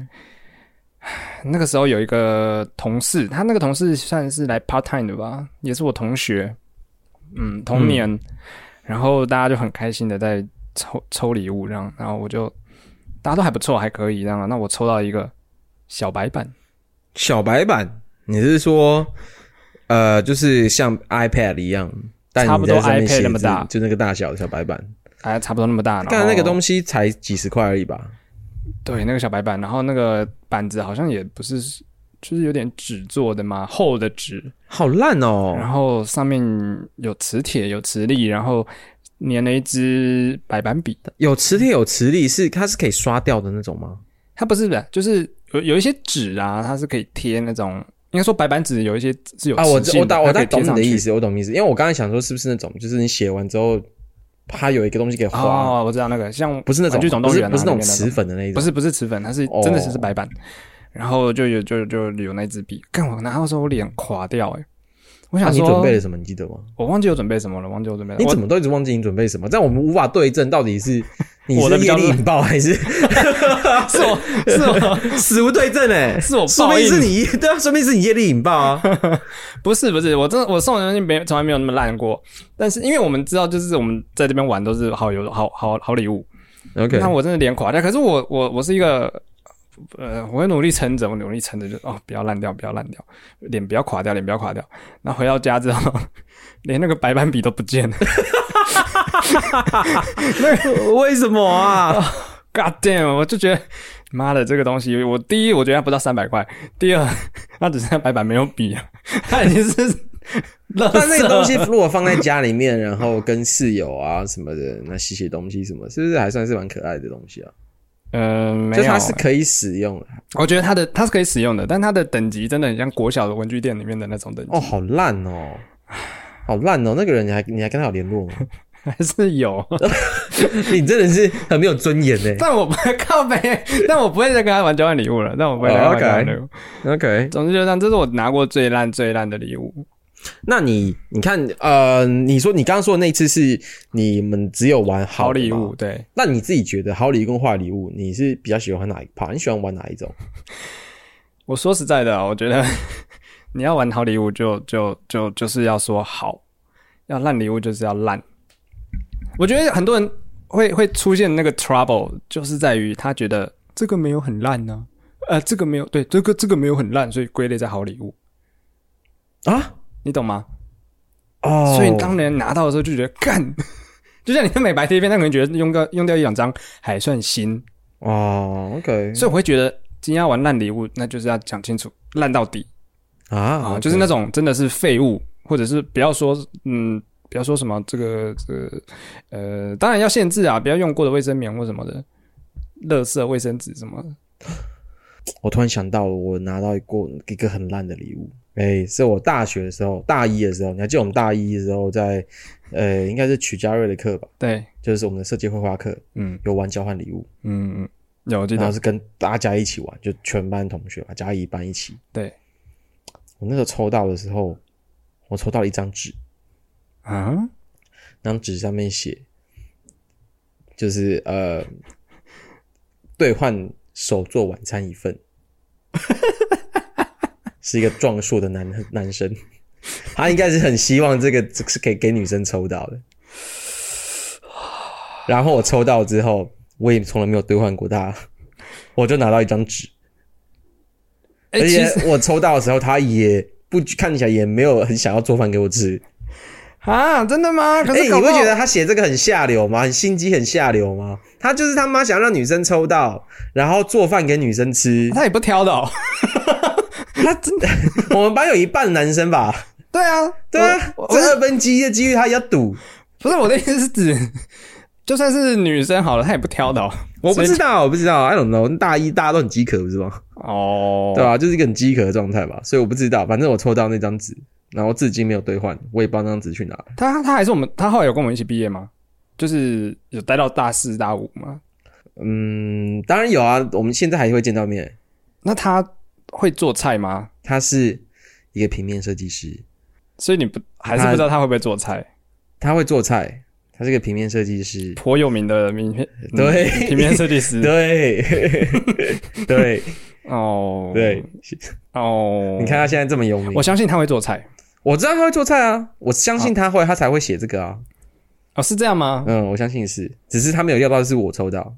[SPEAKER 1] 那个时候有一个同事，他那个同事算是来 part time 的吧，也是我同学，嗯，同年，然后大家就很开心的在抽抽礼物，这样，然后我就大家都还不错，还可以这样啊，那我抽到一个小白板，
[SPEAKER 2] 小白板，你是说，呃，就是像 iPad 一样，但
[SPEAKER 1] 差不
[SPEAKER 2] 你
[SPEAKER 1] 多
[SPEAKER 2] 在上面
[SPEAKER 1] iPad
[SPEAKER 2] 写字
[SPEAKER 1] 那么大
[SPEAKER 2] 就那个大小的小白板。
[SPEAKER 1] 哎，差不多那么大，然
[SPEAKER 2] 看那个
[SPEAKER 1] 后
[SPEAKER 2] 东西才几十块而已吧？
[SPEAKER 1] 对，那个小白板，然后那个板子好像也不是，就是有点纸做的嘛，厚的纸，
[SPEAKER 2] 好烂哦！
[SPEAKER 1] 然后上面有磁铁，有磁力，然后粘了一支白板笔。
[SPEAKER 2] 有磁铁有磁力，是它是可以刷掉的那种吗？
[SPEAKER 1] 它不是的，就是有有一些纸啊，它是可以贴那种，应该说白板纸有一些是有
[SPEAKER 2] 啊，我
[SPEAKER 1] 磁
[SPEAKER 2] 知
[SPEAKER 1] 性
[SPEAKER 2] 我大
[SPEAKER 1] 它
[SPEAKER 2] 我
[SPEAKER 1] 可
[SPEAKER 2] 大
[SPEAKER 1] 以贴
[SPEAKER 2] 懂你
[SPEAKER 1] 上
[SPEAKER 2] 的
[SPEAKER 1] 去
[SPEAKER 2] 意。思，我懂你意思，因为我刚才想说是不是那种，就是你写完之后它有一个东西给划，
[SPEAKER 1] 哦，我知道那个像
[SPEAKER 2] 不是那种
[SPEAKER 1] 玩具总
[SPEAKER 2] 不
[SPEAKER 1] 动
[SPEAKER 2] 是
[SPEAKER 1] 员啊
[SPEAKER 2] 不是那种
[SPEAKER 1] 里面
[SPEAKER 2] 磁粉的那种，
[SPEAKER 1] 不是不是磁粉，它是
[SPEAKER 2] 哦
[SPEAKER 1] 真的是是白板，然后就有就就有那支笔，干我拿到时候我脸垮掉哎、欸我
[SPEAKER 2] 那、
[SPEAKER 1] 想
[SPEAKER 2] 啊你
[SPEAKER 1] 说、
[SPEAKER 2] 准备了什么？你记得吗？
[SPEAKER 1] 我忘记我准备什么了，忘记我准备了
[SPEAKER 2] 你
[SPEAKER 1] 我
[SPEAKER 2] 怎么都一直忘记你准备什么？但我们无法对证到底是
[SPEAKER 1] [LAUGHS]
[SPEAKER 2] 你
[SPEAKER 1] 我
[SPEAKER 2] 是
[SPEAKER 1] 的比
[SPEAKER 2] 业
[SPEAKER 1] 较
[SPEAKER 2] 力引爆还是
[SPEAKER 1] 是我是我
[SPEAKER 2] [LAUGHS] 死无对证、欸？哎，
[SPEAKER 1] 是我
[SPEAKER 2] 说
[SPEAKER 1] 报
[SPEAKER 2] 不定
[SPEAKER 1] 应
[SPEAKER 2] 是你 [LAUGHS] 对啊，说不定是你业力引爆啊。
[SPEAKER 1] 不是不是，我真的我送的东西没从来没有那么烂过，但是因为我们知道，就是我们在这边玩都是好友好好好礼物，
[SPEAKER 2] OK，
[SPEAKER 1] 那我真的脸垮掉。可是我我我是一个呃，我会努力撑着，我努力撑着就哦，不要烂掉，不要烂掉，脸不要垮掉，脸不要垮掉。然后回到家之后， [LAUGHS] 连那个白板笔都不见了
[SPEAKER 2] [LAUGHS] 为什么啊？
[SPEAKER 1] ，God damn！我就觉得妈的这个东西，我第一我觉得它不到三百块，第二它只剩下白板没有笔了，它已经是垃圾了。
[SPEAKER 2] 但 [LAUGHS] 那个东 [LAUGHS] 西如果放在家里面，然后跟室友啊什么的，那写写东西什么，是不是还算是蛮可爱的东西啊？
[SPEAKER 1] 嗯、没
[SPEAKER 2] 就
[SPEAKER 1] 有
[SPEAKER 2] 它是可以使用的。
[SPEAKER 1] 我觉得它的它是可以使用的，但它的等级真的很像国小的文具店里面的那种等级，
[SPEAKER 2] 哦，好烂哦，好烂哦！那个人你还你还跟他有联 [LAUGHS] 络吗？
[SPEAKER 1] 还是有。
[SPEAKER 2] 你真的是很没有尊严欸呢。
[SPEAKER 1] [LAUGHS] 但我不会靠北， [LAUGHS] 但我不会再跟他玩交换礼物了，但我不会再
[SPEAKER 2] 哦
[SPEAKER 1] 跟他玩交换礼物。
[SPEAKER 2] OK，
[SPEAKER 1] 总之就是这样，这是我拿过最烂最烂的礼物。
[SPEAKER 2] 那你你看，呃，你说你刚刚说的那一次是你们只有玩好
[SPEAKER 1] 好
[SPEAKER 2] 的
[SPEAKER 1] 礼
[SPEAKER 2] 嘛
[SPEAKER 1] 物，，对，
[SPEAKER 2] 那你自己觉得好礼物跟坏礼物，你是比较喜欢哪一 part？你喜欢玩哪一种？
[SPEAKER 1] 我说实在的，啊我觉得 [LAUGHS] 你要玩好礼物就，就就就是要说好，要烂礼物就是要烂。我觉得很多人会会出现那个 trouble，就是在于他觉得这个没有很烂呢、呃，这个没有对，这个这个没有很烂，所以归类在好礼物，
[SPEAKER 2] 啊？
[SPEAKER 1] 你懂吗？
[SPEAKER 2] 哦，
[SPEAKER 1] 所以当年拿到的时候就觉得干， [LAUGHS] 就像你的美白贴片，他可能觉得用个用掉一两张还算新，
[SPEAKER 2] 哦，OK，
[SPEAKER 1] 所以我会觉得今天要玩烂礼物，那就是要讲清楚，烂到底。
[SPEAKER 2] 啊
[SPEAKER 1] 啊，就是那种真的是废物，或者是不要说，嗯，不要说什么这个这个，呃，当然要限制啊，不要用过的卫生棉或什么的，垃圾卫生纸什么的。
[SPEAKER 2] 我突然想到，我拿到过一个很烂的礼物，哎、是我大学的时候，大一的时候，你还记得我们大一的时候在，呃，应该是曲家瑞的课吧，
[SPEAKER 1] 对，
[SPEAKER 2] 就是我们的设计绘画课
[SPEAKER 1] 嗯
[SPEAKER 2] 有玩交换礼物，
[SPEAKER 1] 嗯嗯，有我记
[SPEAKER 2] 然后
[SPEAKER 1] 得，
[SPEAKER 2] 是跟大家一起玩，就全班同学吧，加一班一起。
[SPEAKER 1] 对
[SPEAKER 2] 我那时候抽到的时候，我抽到了一张纸，
[SPEAKER 1] 啊，
[SPEAKER 2] 那张纸上面写，就是呃，兑换手做晚餐一份，是一个壮硕的男 [LAUGHS] 男生，他应该是很希望这个这是给给女生抽到的。然后我抽到之后，我也从来没有兑换过他，我就拿到一张纸，
[SPEAKER 1] 哎、
[SPEAKER 2] 而
[SPEAKER 1] 其
[SPEAKER 2] 且
[SPEAKER 1] 实
[SPEAKER 2] 我抽到的时候，他也不看起来也没有很想要做饭给我吃。
[SPEAKER 1] 啊，真的吗？可
[SPEAKER 2] 哎、
[SPEAKER 1] 是
[SPEAKER 2] 你
[SPEAKER 1] 搞
[SPEAKER 2] 不
[SPEAKER 1] 好
[SPEAKER 2] 觉得他写这个很下流吗？很心机，很下流吗？他就是他妈想让女生抽到，然后做饭给女生吃。
[SPEAKER 1] 他也不挑的、哦？
[SPEAKER 2] 他真的，我们班有一半男生吧？
[SPEAKER 1] [LAUGHS] 对啊，
[SPEAKER 2] 对啊
[SPEAKER 1] 我，
[SPEAKER 2] 这二分之一的几率他也要赌。
[SPEAKER 1] 不是我的意思是指，就算是女生好了，她也不挑的哦。
[SPEAKER 2] 我不
[SPEAKER 1] 所以
[SPEAKER 2] 知道，我不知道，I don't know。大一大家都很饥渴，不是吗？
[SPEAKER 1] 哦，
[SPEAKER 2] 对啊，就是一个很饥渴的状态吧。所以我不知道，反正我抽到那张纸，然后至今没有兑换，我也不知道那张纸去哪了。
[SPEAKER 1] 他他还是我们，他后来有跟我们一起毕业吗？就是有待到大四大五吗？
[SPEAKER 2] 嗯，当然有啊，我们现在还会见到面。
[SPEAKER 1] 那他会做菜吗？
[SPEAKER 2] 他是一个平面设计师，
[SPEAKER 1] 所以你不还是
[SPEAKER 2] 他
[SPEAKER 1] 不知道他会不会做菜？
[SPEAKER 2] 他会做菜，他是个平面设计师。
[SPEAKER 1] 颇有名的名片，嗯
[SPEAKER 2] [LAUGHS] 对
[SPEAKER 1] 平面设计师。
[SPEAKER 2] [LAUGHS] 对， [LAUGHS] 对
[SPEAKER 1] 哦，
[SPEAKER 2] 对，
[SPEAKER 1] 哦，
[SPEAKER 2] 你看，他现在这么有名，
[SPEAKER 1] 我
[SPEAKER 2] 我
[SPEAKER 1] 相信他会做菜。
[SPEAKER 2] 我知道他会做菜啊，我相信他会，他才会写这个啊。
[SPEAKER 1] 哦，是这样吗？
[SPEAKER 2] 嗯，我相信是，只是他没有料到是我抽到。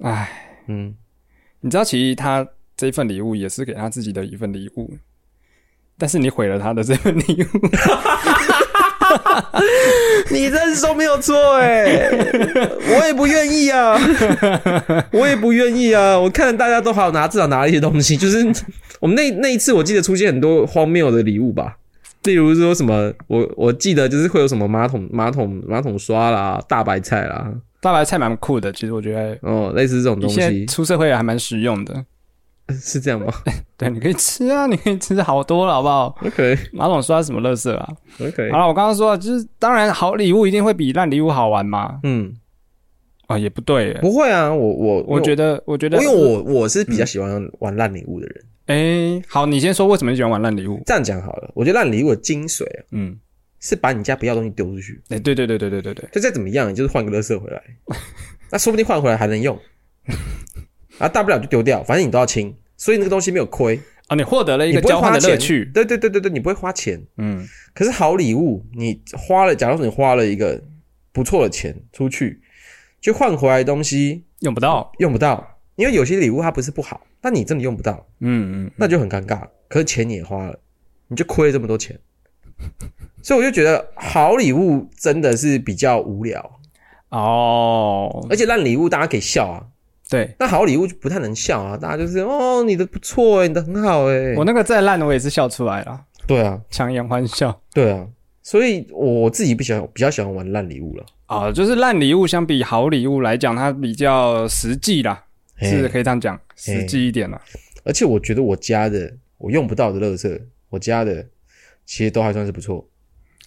[SPEAKER 1] 哎，
[SPEAKER 2] 嗯，
[SPEAKER 1] 你知道，其实他这份礼物也是给他自己的一份礼物，但是你毁了他的这份礼物。
[SPEAKER 2] 你认收没有错哎、
[SPEAKER 1] [LAUGHS]
[SPEAKER 2] 我也不愿意啊，我也不愿意啊。我看大家都好拿，至少拿了一些东西，就是我们那那一次，我记得出现很多荒谬的礼物吧。例如说什么，我我记得就是会有什么马桶马桶马桶刷啦、大白菜啦，
[SPEAKER 1] 大白菜蛮酷的，其实我觉得
[SPEAKER 2] 哦，类似这种
[SPEAKER 1] 你
[SPEAKER 2] 东
[SPEAKER 1] 现在
[SPEAKER 2] 西。
[SPEAKER 1] 出社会还蛮实用的。
[SPEAKER 2] 是这
[SPEAKER 1] [LAUGHS]
[SPEAKER 2] 样吗
[SPEAKER 1] 对，你可以吃啊，你可以吃好多了，好不好？
[SPEAKER 2] ？OK
[SPEAKER 1] 马总说他什么乐色啊？
[SPEAKER 2] OK，
[SPEAKER 1] 好了，我刚刚说了，就是当然好礼物一定会比烂礼物好玩嘛。
[SPEAKER 2] 嗯，
[SPEAKER 1] 哦，也不对耶，
[SPEAKER 2] 不会啊，我我
[SPEAKER 1] 我觉得，我觉得，
[SPEAKER 2] 因为我我是比较喜欢玩烂礼物的人。
[SPEAKER 1] 哎、好，你先说为什么你喜欢玩烂礼物？
[SPEAKER 2] 这样讲好了，我觉得烂礼物的精髓啊，
[SPEAKER 1] 嗯，
[SPEAKER 2] 是把你家不要的东西丢出去，
[SPEAKER 1] 哎、对对对对对对对，
[SPEAKER 2] 就再怎么样，你就是换个垃圾
[SPEAKER 1] [LAUGHS]
[SPEAKER 2] 回来，那说不定换回来还能用，啊，大不了就丢掉，反正你都要清，所以那个东西没有亏，
[SPEAKER 1] 啊，你获得了一
[SPEAKER 2] 你
[SPEAKER 1] 个
[SPEAKER 2] 不会
[SPEAKER 1] 交换
[SPEAKER 2] 花
[SPEAKER 1] 的
[SPEAKER 2] 钱
[SPEAKER 1] 乐趣，
[SPEAKER 2] 对对对对对，你不会花钱。
[SPEAKER 1] 嗯，
[SPEAKER 2] 可是好礼物，你花了，假如说你花了一个不错的钱出去，就换回来的东西
[SPEAKER 1] 用不到，
[SPEAKER 2] 用不到，因为有些礼物它不是不好，但你真的用不到，
[SPEAKER 1] 嗯嗯，
[SPEAKER 2] 那就很尴尬。可是钱你也花了，你就亏了这么多钱，所以我就觉得好礼物真的是比较无聊，
[SPEAKER 1] 嗯哦，
[SPEAKER 2] 而且烂礼物大家可以笑啊，
[SPEAKER 1] 对
[SPEAKER 2] 那好礼物就不太能笑啊，大家就是哦你的不错哎、你的很好哎、
[SPEAKER 1] 我那个再烂的我也是笑出来了，
[SPEAKER 2] 对啊
[SPEAKER 1] 强颜欢笑
[SPEAKER 2] 对啊，所以我自己不喜欢比较喜欢玩烂礼物了，
[SPEAKER 1] 啊、就是烂礼物相比好礼物来讲，它比较实际啦，是
[SPEAKER 2] 嘿
[SPEAKER 1] 可以这样讲，实际一点啦。
[SPEAKER 2] 而且我觉得我家的我用不到的垃圾，我家的其实都还算是不错，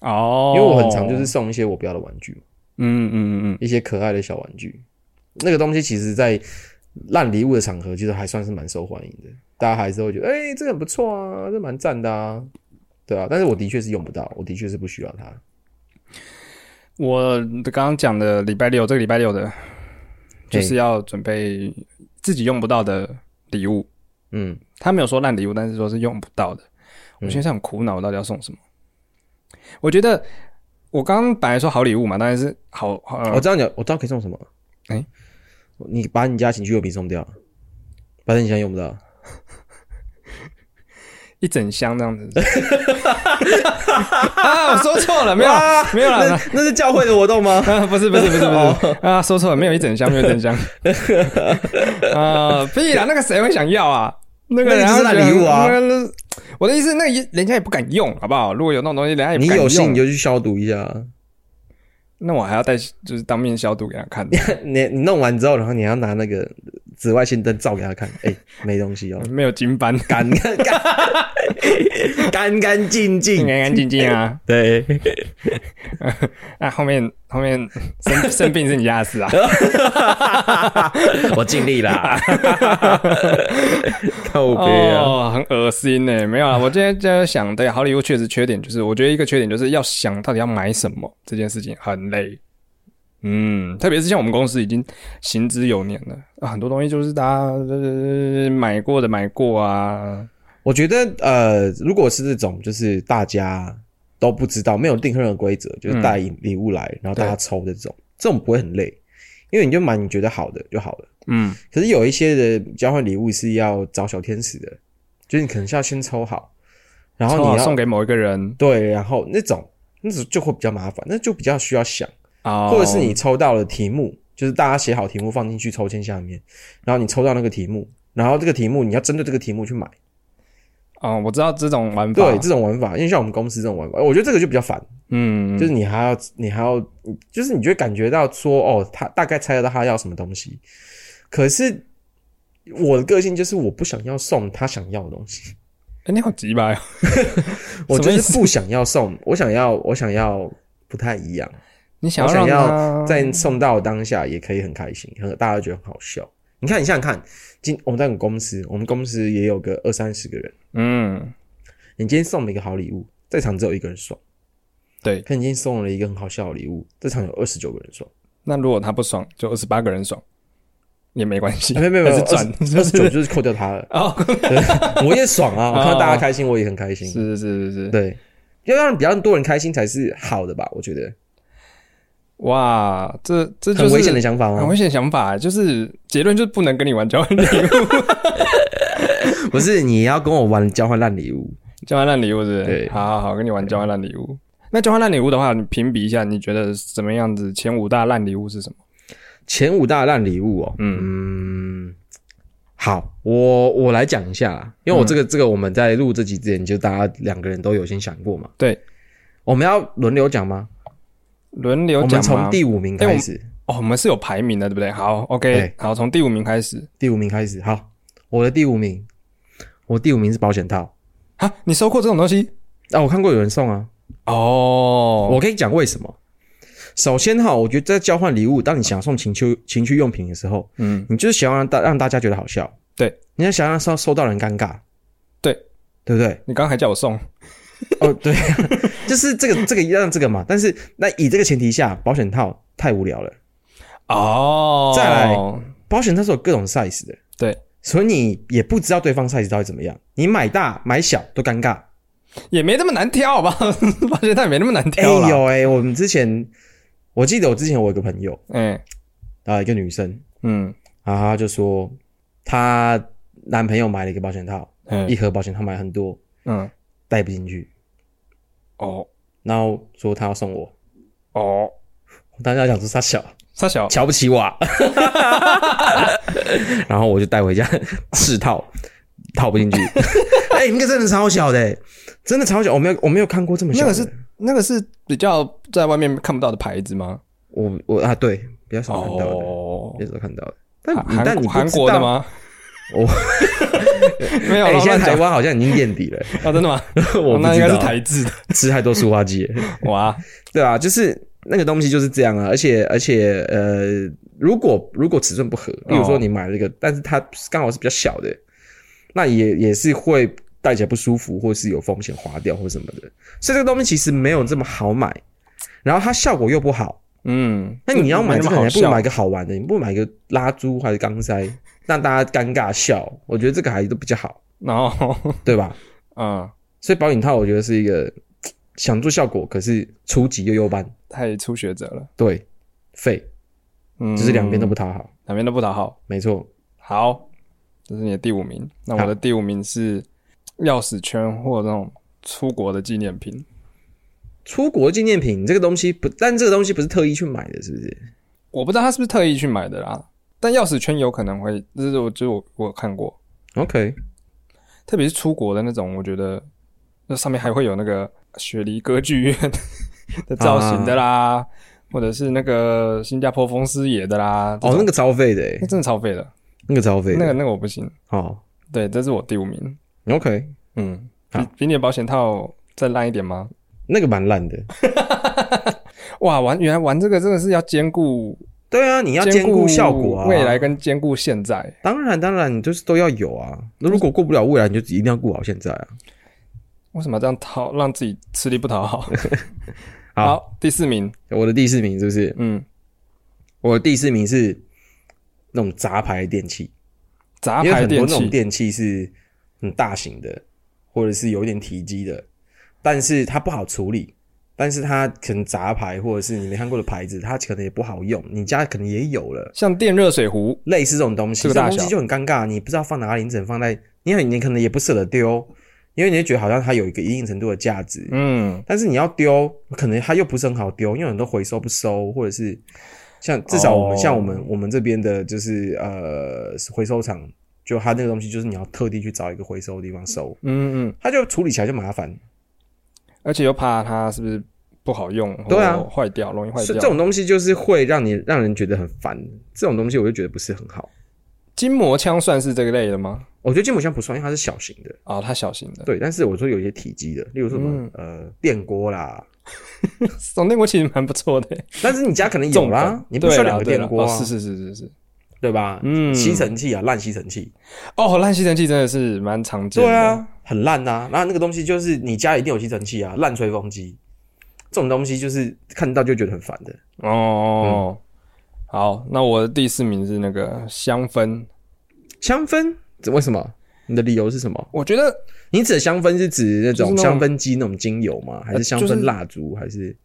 [SPEAKER 1] 哦，
[SPEAKER 2] 因为我很常就是，送一些我不要的玩具嘛，
[SPEAKER 1] 嗯嗯嗯嗯，
[SPEAKER 2] 一些可爱的小玩具，那个东西其实在烂礼物的场合，其实还算是蛮受欢迎的，大家还是会觉得哎、这个很不错啊，这蛮赞的啊，对啊，但是我的确是用不到，我的确是不需要它。
[SPEAKER 1] 我刚刚讲的礼拜六，这个礼拜六的，就是要准备自己用不到的礼物。
[SPEAKER 2] 嗯，
[SPEAKER 1] 他没有说烂礼物，但是说是用不到的。我现在很苦恼，我到底要送什么？我觉得我刚刚本来说好礼物嘛，当然是好好、
[SPEAKER 2] 我知道你，我知道可以送什么。
[SPEAKER 1] 哎
[SPEAKER 2] 你把你家情趣用品送掉，反正你现在用
[SPEAKER 1] [LAUGHS]
[SPEAKER 2] 不到。
[SPEAKER 1] 一整箱这样子。 [LAUGHS] 啊，我说错了，没有啦没有
[SPEAKER 2] 那
[SPEAKER 1] 了。
[SPEAKER 2] 那是教会的活动吗？
[SPEAKER 1] 啊， [LAUGHS] 不是不是不是不
[SPEAKER 2] 哦
[SPEAKER 1] 是啊，说错了，没有一整箱，没有一整箱。
[SPEAKER 2] [LAUGHS]
[SPEAKER 1] 啊，屁啦，那个谁会想要啊？那个
[SPEAKER 2] 那
[SPEAKER 1] 人
[SPEAKER 2] 个
[SPEAKER 1] 家
[SPEAKER 2] 就是烂礼物啊
[SPEAKER 1] 觉得那个我的意思，那个也人家也不敢用，好不好？如果有那种东西，人家也不
[SPEAKER 2] 你
[SPEAKER 1] 敢
[SPEAKER 2] 有心
[SPEAKER 1] 用
[SPEAKER 2] 你。就去消毒一下。
[SPEAKER 1] [LAUGHS] 那我还要带，就是当面消毒给他看。 [LAUGHS]
[SPEAKER 2] 你你弄完之后，然后你还要拿那个紫外线灯照给他看，哎、没东西哦，
[SPEAKER 1] 没有金
[SPEAKER 2] [LAUGHS]
[SPEAKER 1] 斑，
[SPEAKER 2] 干干干干干净
[SPEAKER 1] 干
[SPEAKER 2] 净。
[SPEAKER 1] 干净净啊！
[SPEAKER 2] 对，
[SPEAKER 1] 那后面后面生 [LAUGHS] 生病是你家的事啊。
[SPEAKER 2] 我尽力啦。 [LAUGHS] 靠背啊，
[SPEAKER 1] 哦，很恶心呢。没有啊啦，我今天就在想，对，啊好礼物确实缺点就是，我觉得一个缺点就是要想到底要买什么这件事情很累。嗯，特别是像我们公司已经行之有年了，啊、很多东西就是大家、呃、买过的买过啊。
[SPEAKER 2] 我觉得呃，如果是这种，就是大家都不知道，没有定任何规则，就是带礼物来，然后大家抽的这种，这种不会很累，因为你就买你觉得好的就好了。
[SPEAKER 1] 嗯，
[SPEAKER 2] 可是有一些的交换礼物是要找小天使的，就是你可能是要先抽好，然后
[SPEAKER 1] 抽好
[SPEAKER 2] 你要
[SPEAKER 1] 送给某一个人
[SPEAKER 2] 对，然后那种那种就会比较麻烦，那就比较需要想，
[SPEAKER 1] 啊，
[SPEAKER 2] 或者是你抽到了题目，就是大家写好题目放进去抽签下面，然后你抽到那个题目，然后这个题目你要针对这个题目去买，
[SPEAKER 1] 哦，我知道这种玩法，
[SPEAKER 2] 对这种玩法，因为像我们公司这种玩法，我觉得这个就比较烦，
[SPEAKER 1] 嗯，
[SPEAKER 2] 就是你还要你还要，就是你就会感觉到说哦，他大概猜得到他要什么东西，可是。我的个性就是我不想要送他想要的东西，
[SPEAKER 1] 哎、你好急吧？ [LAUGHS]
[SPEAKER 2] 我就
[SPEAKER 1] 什么意
[SPEAKER 2] 是不想要送，我想要我想要不太一样。
[SPEAKER 1] 你想
[SPEAKER 2] 我
[SPEAKER 1] 要
[SPEAKER 2] 想
[SPEAKER 1] 让
[SPEAKER 2] 要
[SPEAKER 1] 他
[SPEAKER 2] 在送到当下也可以很开心，很大家都觉得很好笑。你看，你想想看，今我们在我们公司，我们公司也有个二三十个人，
[SPEAKER 1] 嗯，
[SPEAKER 2] 你今天送了一个好礼物，在场只有一个人爽；
[SPEAKER 1] 对。
[SPEAKER 2] 可你今天送了一个很好笑的礼物，在场有二十九个人爽。
[SPEAKER 1] 那如果他不爽，就二十八个人爽也没关系，
[SPEAKER 2] 啊、没有没有
[SPEAKER 1] [LAUGHS]
[SPEAKER 2] 没有，
[SPEAKER 1] 还是
[SPEAKER 2] 二
[SPEAKER 1] 赚，。
[SPEAKER 2] 十九就是扣掉他了 [LAUGHS]
[SPEAKER 1] 哦，
[SPEAKER 2] 我也爽
[SPEAKER 1] [LAUGHS]
[SPEAKER 2] 啊，我看到大家开心，我也很开心。
[SPEAKER 1] 是是是是是，
[SPEAKER 2] 对，要让比较多人开心才是好的吧？我觉得
[SPEAKER 1] 哇，这这就是
[SPEAKER 2] 很危险的哦想法
[SPEAKER 1] 很
[SPEAKER 2] 吗
[SPEAKER 1] 危？险的想法，就是结论就是不能跟你玩交换礼 [LAUGHS] 物，
[SPEAKER 2] 不是，你要跟我玩交换烂礼物。
[SPEAKER 1] 交换烂礼物是不是？
[SPEAKER 2] 对
[SPEAKER 1] 好好好，跟你玩交换烂礼物。那交换烂礼物的话，你评比一下，你觉得怎么样子？前五大烂礼物是什么？
[SPEAKER 2] 前五大烂礼物哦，嗯好，我我来讲一下啦，因为我
[SPEAKER 1] 嗯
[SPEAKER 2] 这个、这个我们在录这集之前，就大家两个人都有先想过嘛。
[SPEAKER 1] 对，
[SPEAKER 2] 我们要轮流讲吗？
[SPEAKER 1] 轮流
[SPEAKER 2] 我
[SPEAKER 1] 讲
[SPEAKER 2] 们
[SPEAKER 1] 吗
[SPEAKER 2] 从第五名开始，
[SPEAKER 1] 哦，我们是有排名的，对不对？好，OK，
[SPEAKER 2] 对
[SPEAKER 1] 好，从第五名开始。
[SPEAKER 2] 第五名开始。好，我的第五名我第五名是保险套
[SPEAKER 1] 啊，你收过这种东西？
[SPEAKER 2] 啊，我看过有人送啊，
[SPEAKER 1] 哦，
[SPEAKER 2] 我跟你讲为什么。首先哈，我觉得在交换礼物，当你想送情趣情趣用品的时候，
[SPEAKER 1] 嗯，
[SPEAKER 2] 你就是想要让大让大家觉得好笑，
[SPEAKER 1] 对，
[SPEAKER 2] 你要想让收收到人尴尬，
[SPEAKER 1] 对，
[SPEAKER 2] 对不对？
[SPEAKER 1] 你刚还叫我送，
[SPEAKER 2] [LAUGHS] 哦，对，就是这个这个让这个嘛，但是那以这个前提下，保险套太无聊了。
[SPEAKER 1] 哦
[SPEAKER 2] 再来保险套是有各种 size 的，
[SPEAKER 1] 对，
[SPEAKER 2] 所以你也不知道对方 size 到底怎么样，你买大买小都尴尬。
[SPEAKER 1] 也没那么难挑，好 [LAUGHS] 吧？发现它也没那么难
[SPEAKER 2] 哎
[SPEAKER 1] 挑啦。
[SPEAKER 2] 有哎，我们之前我记得我之前我有个朋友
[SPEAKER 1] 哎、
[SPEAKER 2] 啊、一个女生，
[SPEAKER 1] 嗯，
[SPEAKER 2] 然后她就说她男朋友买了一个保险套，
[SPEAKER 1] 哎
[SPEAKER 2] 一盒保险套买很多，
[SPEAKER 1] 嗯，
[SPEAKER 2] 带不进去，
[SPEAKER 1] 哦
[SPEAKER 2] 然后说她要送我，
[SPEAKER 1] 哦，
[SPEAKER 2] 我当时想说她小
[SPEAKER 1] 他小，
[SPEAKER 2] 瞧不起我、 [LAUGHS] 啊，然后我就带回家试套，套不
[SPEAKER 1] [LAUGHS]
[SPEAKER 2] 进去。哎、那个真的超小的、欸真的超小，我没有我没有看过这么小
[SPEAKER 1] 那
[SPEAKER 2] 的。
[SPEAKER 1] 个是那个是比较在外面看不到的牌子吗？
[SPEAKER 2] 我我啊，对，比较少看到的，
[SPEAKER 1] 哦
[SPEAKER 2] 比，较少看到的。但
[SPEAKER 1] 韩
[SPEAKER 2] 但你
[SPEAKER 1] 韩韩
[SPEAKER 2] 不知
[SPEAKER 1] 国的
[SPEAKER 2] 道？
[SPEAKER 1] 吗？
[SPEAKER 2] [LAUGHS] 我
[SPEAKER 1] 没有
[SPEAKER 2] 哎、
[SPEAKER 1] 啦，
[SPEAKER 2] 现在
[SPEAKER 1] 乱
[SPEAKER 2] 台
[SPEAKER 1] 讲
[SPEAKER 2] 湾好像已经垫底了、
[SPEAKER 1] 啊，真的吗？
[SPEAKER 2] [LAUGHS] 我
[SPEAKER 1] [LAUGHS] 哦
[SPEAKER 2] 不
[SPEAKER 1] 那应该
[SPEAKER 2] 知
[SPEAKER 1] 是
[SPEAKER 2] 道
[SPEAKER 1] 台制
[SPEAKER 2] [LAUGHS]
[SPEAKER 1] 的。
[SPEAKER 2] 吃太多塑化剂了。
[SPEAKER 1] 哇，
[SPEAKER 2] 对啊，就是那个东西就是这样啊，而且而且呃，如果如果尺寸不合，例如
[SPEAKER 1] 哦
[SPEAKER 2] 说你买了一个，但是它刚好是比较小的，那也也是会戴起来不舒服，或是有风险滑掉或什么的，所以这个东西其实没有这么好买，然后它效果又不好，
[SPEAKER 1] 嗯，
[SPEAKER 2] 那你要买
[SPEAKER 1] 没那
[SPEAKER 2] 这
[SPEAKER 1] 么
[SPEAKER 2] 个，你
[SPEAKER 1] 好
[SPEAKER 2] 还不如
[SPEAKER 1] 笑
[SPEAKER 2] 买个好玩的，你不如买个拉珠还是钢塞，让大家尴尬笑，我觉得这个还都比较好，
[SPEAKER 1] 然后， [LAUGHS]
[SPEAKER 2] 对吧？
[SPEAKER 1] 嗯，
[SPEAKER 2] 所以保险套我觉得是一个想做效果，可是初级又优班，
[SPEAKER 1] 太初学者了，
[SPEAKER 2] 对，废。
[SPEAKER 1] 嗯，
[SPEAKER 2] 就是两边都不讨好。
[SPEAKER 1] 两边都不讨好。
[SPEAKER 2] 没错，
[SPEAKER 1] 好，这是你的第五名。那我
[SPEAKER 2] 好
[SPEAKER 1] 的第五名是钥匙圈或那种出国的纪念品。
[SPEAKER 2] 出国纪念品这个东西不，但这个东西不是特意去买的，是不是？
[SPEAKER 1] 我不知道他是不是特意去买的啦，但钥匙圈有可能会，这是我就是我我有看过，
[SPEAKER 2] OK，
[SPEAKER 1] 特别是出国的那种，我觉得那上面还会有那个雪梨歌剧院 [LAUGHS] 的造型的啦，
[SPEAKER 2] 啊
[SPEAKER 1] 或者是那个新加坡风师爷的啦。这
[SPEAKER 2] 哦，
[SPEAKER 1] 种
[SPEAKER 2] 那个超费的欸，
[SPEAKER 1] 那真的超废的，
[SPEAKER 2] 那个超费的，
[SPEAKER 1] 那个那个我不行。
[SPEAKER 2] 哦
[SPEAKER 1] 对，这是我第五名。
[SPEAKER 2] ，OK，
[SPEAKER 1] 嗯，
[SPEAKER 2] 好
[SPEAKER 1] 比比你的保险套再烂一点吗？
[SPEAKER 2] 那个蛮烂的。
[SPEAKER 1] 哇，玩原来玩这个真的是要兼顾
[SPEAKER 2] 对啊，你要兼顾效果啊，
[SPEAKER 1] 未来跟兼顾现在。
[SPEAKER 2] 当然当然，你就是都要有啊。那如果过不了未来，你就一定要顾好现在啊。
[SPEAKER 1] 为什么这样讨让自己吃力不讨好？
[SPEAKER 2] [LAUGHS] 好
[SPEAKER 1] 第四名，
[SPEAKER 2] 我的第四名是不是？
[SPEAKER 1] 嗯，
[SPEAKER 2] 我的第四名是那种杂牌电器，
[SPEAKER 1] 杂
[SPEAKER 2] 因为
[SPEAKER 1] 牌
[SPEAKER 2] 很多
[SPEAKER 1] 啊电
[SPEAKER 2] 那种
[SPEAKER 1] 器，
[SPEAKER 2] 电器是很大型的，或者是有一点体积的，但是它不好处理，但是它可能杂牌或者是你没看过的牌子，它可能也不好用，你家可能也有了
[SPEAKER 1] 像电热水壶，
[SPEAKER 2] 类似这种东西，
[SPEAKER 1] 这个
[SPEAKER 2] 这种
[SPEAKER 1] 大
[SPEAKER 2] 东西
[SPEAKER 1] 小
[SPEAKER 2] 就很尴尬，你不知道放哪里，你只能放在，你很你可能也不舍得丢，因为你会觉得好像它有一个一定程度的价值。
[SPEAKER 1] 嗯，
[SPEAKER 2] 但是你要丢，可能它又不是很好丢，因为很多回收不收，或者是像至少我们、
[SPEAKER 1] 哦
[SPEAKER 2] 像我们我们这边的，就是呃回收厂，就它那个东西就是你要特地去找一个回收的地方收，
[SPEAKER 1] 嗯嗯，
[SPEAKER 2] 它就处理起来就麻烦。
[SPEAKER 1] 而且又怕它是不是不好用，
[SPEAKER 2] 对啊
[SPEAKER 1] 或坏掉，容易坏
[SPEAKER 2] 所以这
[SPEAKER 1] 掉。
[SPEAKER 2] 种东西就是会让你让人觉得很烦，这种东西我就觉得不是很好。
[SPEAKER 1] 筋膜枪算是这个类的吗？
[SPEAKER 2] 我觉得筋膜枪不算，因为它是小型的，
[SPEAKER 1] 啊、它小型的，
[SPEAKER 2] 对。但是我说有一些体积的，例如说什
[SPEAKER 1] 嗯
[SPEAKER 2] 么、呃电锅啦，
[SPEAKER 1] 总电锅其实蛮不错的，
[SPEAKER 2] 但是你家可能 [LAUGHS] 有
[SPEAKER 1] 重
[SPEAKER 2] 啦
[SPEAKER 1] 感，
[SPEAKER 2] 你不需要
[SPEAKER 1] 对啦
[SPEAKER 2] 两个
[SPEAKER 1] 对
[SPEAKER 2] 电
[SPEAKER 1] 啦
[SPEAKER 2] 锅啊，
[SPEAKER 1] 哦，是是是是是，
[SPEAKER 2] 对吧？
[SPEAKER 1] 嗯
[SPEAKER 2] 吸尘器啊，烂吸尘器，
[SPEAKER 1] 哦，烂吸尘器真的是蛮常见的，
[SPEAKER 2] 对，啊，很烂呐、然后那个东西就是你家一定有吸尘器啊，烂吹风机这种东西，就是看到就觉得很烦的。嗯
[SPEAKER 1] 哦，好，那我的第四名是那个香氛，
[SPEAKER 2] 香氛这为什么？你的理由是什么？
[SPEAKER 1] 我觉得
[SPEAKER 2] 你指的香氛是指那种
[SPEAKER 1] 就是那
[SPEAKER 2] 香
[SPEAKER 1] 种呃
[SPEAKER 2] 氛机那种精油吗？还是香
[SPEAKER 1] 就
[SPEAKER 2] 氛
[SPEAKER 1] 是
[SPEAKER 2] 蜡烛？还是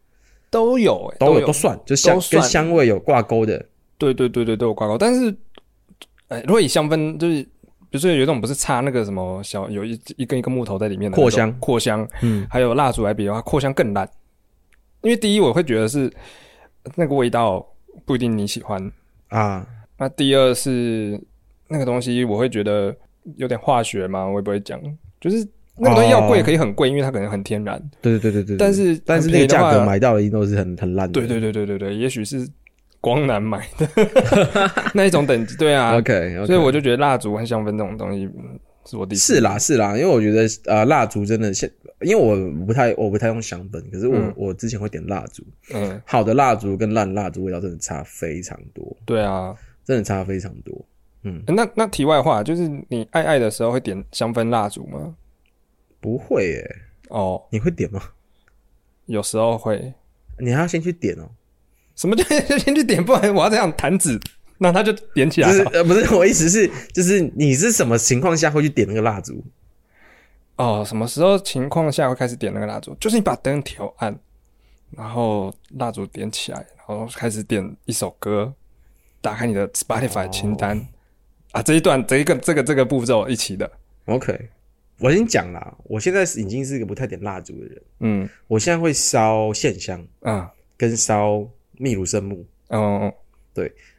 [SPEAKER 1] 都有、欸，
[SPEAKER 2] 都
[SPEAKER 1] 有，
[SPEAKER 2] 有都算，就香
[SPEAKER 1] 都算
[SPEAKER 2] 跟香味有挂钩的。
[SPEAKER 1] 对对对对对，我挂钩。但是，哎、如果以香氛，就是比如说有一种不是插那个什么小有一一根一根木头在里面的那种
[SPEAKER 2] 扩香
[SPEAKER 1] 扩香，
[SPEAKER 2] 嗯，
[SPEAKER 1] 还有蜡烛来比的话，扩香更烂。因为第一，我会觉得是那个味道不一定你喜欢；
[SPEAKER 2] 啊，
[SPEAKER 1] 那第二是那个东西，我会觉得有点化学嘛，我也不会讲。就是那个东西要贵
[SPEAKER 2] 哦
[SPEAKER 1] 可以很贵，因为它可能很天然。
[SPEAKER 2] 对对对对对。
[SPEAKER 1] 但是
[SPEAKER 2] 但是
[SPEAKER 1] 很
[SPEAKER 2] 那个
[SPEAKER 1] 便宜的
[SPEAKER 2] 价格
[SPEAKER 1] 话
[SPEAKER 2] 买到的一定都是很很烂的。
[SPEAKER 1] 对对对对对对，也许是光南买的 [LAUGHS] 那一种等级，对啊
[SPEAKER 2] OK， [LAUGHS]
[SPEAKER 1] 所以我就觉得蜡烛和香氛这种东西，嗯是我第四
[SPEAKER 2] 是啦是啦，因为我觉得呃蜡烛真的现，因为我不太我不太用香氛，可是我、
[SPEAKER 1] 嗯
[SPEAKER 2] 我之前会点蜡烛，
[SPEAKER 1] 嗯，
[SPEAKER 2] 好的蜡烛跟烂蜡烛味道真的差非常多，
[SPEAKER 1] 对啊。
[SPEAKER 2] 真的差非常多。嗯，
[SPEAKER 1] 那那题外话，就是你爱爱的时候会点香氛蜡烛吗？
[SPEAKER 2] 不会耶、
[SPEAKER 1] 哦，
[SPEAKER 2] 你会点吗？
[SPEAKER 1] 有时候会。
[SPEAKER 2] 你还要先去点哦、
[SPEAKER 1] 什么叫先去点？不然我要这样弹指，那它就点起来
[SPEAKER 2] 就是
[SPEAKER 1] 了。
[SPEAKER 2] 呃不是我意思是，就是你是什么情况下会去点那个蜡烛？
[SPEAKER 1] 哦，什么时候情况下会开始点那个蜡烛？就是你把灯调暗，然后蜡烛点起来，然后开始点一首歌，打开你的 Spotify 清单、
[SPEAKER 2] 哦
[SPEAKER 1] 啊，这一段这一个这个这个步骤一起的，
[SPEAKER 2] OK，我先讲啦，我现在是已经是一个不太点蜡烛的人，
[SPEAKER 1] 嗯
[SPEAKER 2] 我现在会烧线香
[SPEAKER 1] 啊
[SPEAKER 2] 跟烧秘鲁圣木。
[SPEAKER 1] 嗯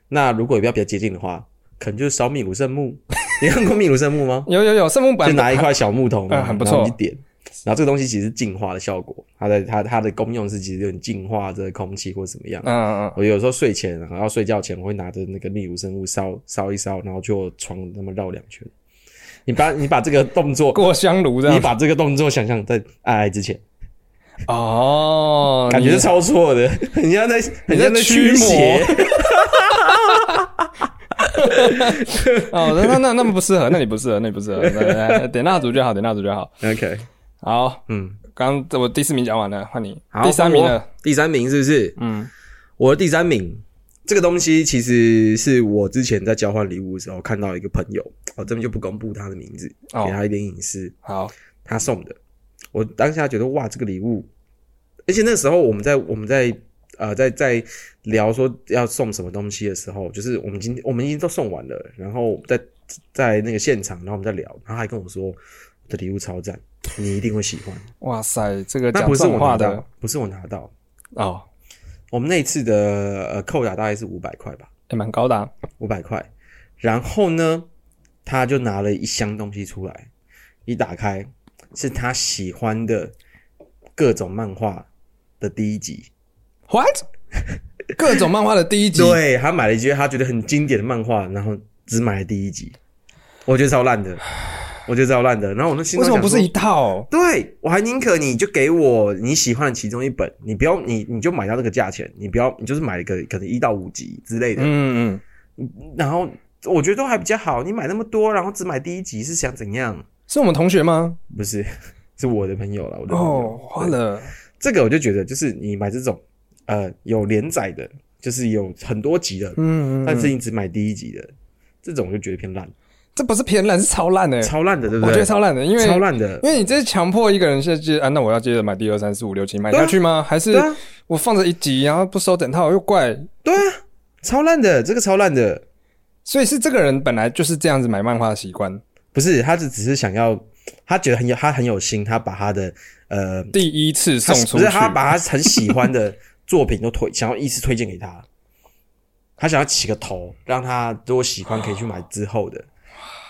[SPEAKER 2] 那如果要比较接近的话，可能就是烧秘鲁圣木。 [LAUGHS] 你看过秘鲁圣木吗？
[SPEAKER 1] 有有有圣木
[SPEAKER 2] 就
[SPEAKER 1] 版
[SPEAKER 2] 拿一块小木头嘛，
[SPEAKER 1] 嗯很不
[SPEAKER 2] 然后
[SPEAKER 1] 错
[SPEAKER 2] 你点。然后这个东西其实是净化的效果，它的它它的功用是其实有点净化这个空气或怎么样。
[SPEAKER 1] 嗯嗯
[SPEAKER 2] 我有时候睡前然后睡觉前，我会拿着那个秘鲁生物烧烧一烧，然后就床那么绕两圈。你把你把这个动作
[SPEAKER 1] 嗯，，过香炉这
[SPEAKER 2] 你
[SPEAKER 1] 样
[SPEAKER 2] 把这个动作想象在爱爱之前，
[SPEAKER 1] 哦，
[SPEAKER 2] 感觉
[SPEAKER 1] 你
[SPEAKER 2] 是超错的，很像在很像在驱
[SPEAKER 1] 驱
[SPEAKER 2] 邪。
[SPEAKER 1] 魔。哦，那那那那么不适合，那你不适合，那你不适合，来来来点蜡烛就好，点蜡烛就好。
[SPEAKER 2] OK，
[SPEAKER 1] 好，
[SPEAKER 2] 嗯，
[SPEAKER 1] 刚我第四名讲完了，换你
[SPEAKER 2] 好
[SPEAKER 1] 第三名
[SPEAKER 2] 换
[SPEAKER 1] 了
[SPEAKER 2] 我。第三名是不是？
[SPEAKER 1] 嗯，
[SPEAKER 2] 我的第三名，这个东西其实是我之前在交换礼物的时候看到一个朋友，我这边就不公布他的名字，
[SPEAKER 1] 哦
[SPEAKER 2] 给他一点隐私，
[SPEAKER 1] 好，
[SPEAKER 2] 他送的。我当下觉得哇，这个礼物，而且那时候我们在我们在呃在在聊说要送什么东西的时候，就是我们今天我们已经都送完了，然后在在那个现场，然后我们在聊，然后他还跟我说我的礼物超赞，你一定会喜欢。
[SPEAKER 1] 哇塞，这个
[SPEAKER 2] 那
[SPEAKER 1] 讲
[SPEAKER 2] 不
[SPEAKER 1] 这
[SPEAKER 2] 是我
[SPEAKER 1] 种话
[SPEAKER 2] 拿
[SPEAKER 1] 的
[SPEAKER 2] 到，不是我拿到，
[SPEAKER 1] 哦，
[SPEAKER 2] 我们那一次的呃扣打大概是五百块吧。
[SPEAKER 1] 也蛮高的啊。
[SPEAKER 2] 五百块。然后呢，他就拿了一箱东西出来，一打开是他喜欢的各种漫画的第一集。 [LAUGHS]
[SPEAKER 1] What？各种漫画的第一集，
[SPEAKER 2] 对他买了一些他觉得很经典的漫画，然后只买了第一集，我觉得超烂的，我觉得超烂的。然后我那心
[SPEAKER 1] 为
[SPEAKER 2] 中
[SPEAKER 1] 什么
[SPEAKER 2] 想
[SPEAKER 1] 不是一
[SPEAKER 2] 说。
[SPEAKER 1] 套？
[SPEAKER 2] 对，我还宁可你就给我你喜欢的其中一本，你不要你你就买到这个价钱，你不要你就是买一个可能一到五集之类的，
[SPEAKER 1] 嗯嗯，
[SPEAKER 2] 然后我觉得都还比较好。你买那么多，然后只买第一集是想怎样？
[SPEAKER 1] 是我们同学吗？
[SPEAKER 2] 不是， [LAUGHS] 是我的朋友了。我的朋友
[SPEAKER 1] 哦，花了，
[SPEAKER 2] 这个我就觉得，就是你买这种呃有连载的，就是有很多集的，
[SPEAKER 1] 嗯，嗯嗯
[SPEAKER 2] 但是你只买第一集的，这种我就觉得偏烂，
[SPEAKER 1] 这不是偏烂，是超烂的，
[SPEAKER 2] 超烂的，对不
[SPEAKER 1] 我
[SPEAKER 2] 对？
[SPEAKER 1] 觉得超烂的，因为
[SPEAKER 2] 超烂的，
[SPEAKER 1] 因为你这是强迫一个人现在接啊，那我要接着买第二、三、四、五、六、七买下去吗？还是
[SPEAKER 2] 对啊，
[SPEAKER 1] 我放着一集，然后不收整套又怪？
[SPEAKER 2] 对啊，超烂的，这个超烂的，
[SPEAKER 1] 所以是这个人本来就是这样子买漫画的习惯。
[SPEAKER 2] 不是，他只只是想要，他觉得很有，他很有心，他把他的呃，
[SPEAKER 1] 第一次
[SPEAKER 2] 他
[SPEAKER 1] 送出
[SPEAKER 2] 不
[SPEAKER 1] 去，
[SPEAKER 2] 是他把他很喜欢的作品都推， [LAUGHS] 想要一次推荐给他。他想要起个头，让他如果喜欢可以去买之
[SPEAKER 1] [SIGHS]
[SPEAKER 2] 后的。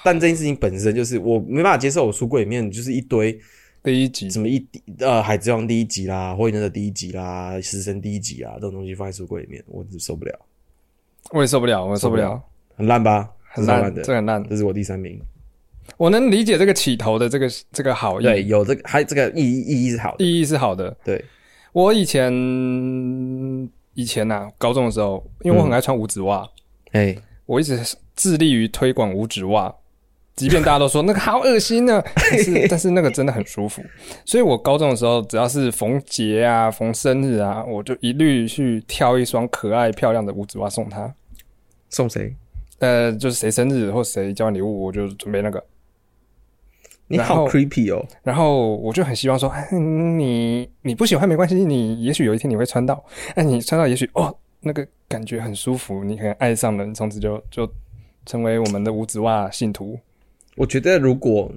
[SPEAKER 2] 但这件事情本身就是我没办法接受，我书柜里面就是一堆
[SPEAKER 1] 第一集
[SPEAKER 2] 什么一呃《海贼王》第一集啦，《火影忍者》第一集啦，《食神》第一集啦，这种东西放在书柜里面，我受不了，
[SPEAKER 1] 我也受不了，我也受不了，
[SPEAKER 2] 很烂吧？
[SPEAKER 1] 很
[SPEAKER 2] 这超
[SPEAKER 1] 烂，
[SPEAKER 2] 烂的，
[SPEAKER 1] 这很烂。
[SPEAKER 2] 这是我第三名。
[SPEAKER 1] 我能理解这个起头的这个这个好意，
[SPEAKER 2] 对，有这个，还这个意义意义是好的。
[SPEAKER 1] 意义是好的。
[SPEAKER 2] 对，
[SPEAKER 1] 我以前以前呐、高中的时候，因为我很爱穿五指袜，
[SPEAKER 2] 哎，
[SPEAKER 1] 我一直致力于推广五指袜，即便大家都说那个好恶心呢、 [LAUGHS] 但是但是那个真的很舒服。所以我高中的时候，只要是逢节啊、逢生日啊，我就一律去挑一双可爱漂亮的五指袜送他。
[SPEAKER 2] 送谁？
[SPEAKER 1] 呃，就是谁生日或谁交换礼物，我就准备那个。
[SPEAKER 2] 你
[SPEAKER 1] 然
[SPEAKER 2] 好
[SPEAKER 1] 后
[SPEAKER 2] creepy 哦，
[SPEAKER 1] 然后我就很希望说，哎、你你不喜欢没关系，你也许有一天你会穿到，哎，你穿到也许哦，那个感觉很舒服，你可能爱上了，你从此就就成为我们的五指袜信徒。
[SPEAKER 2] 我觉得如果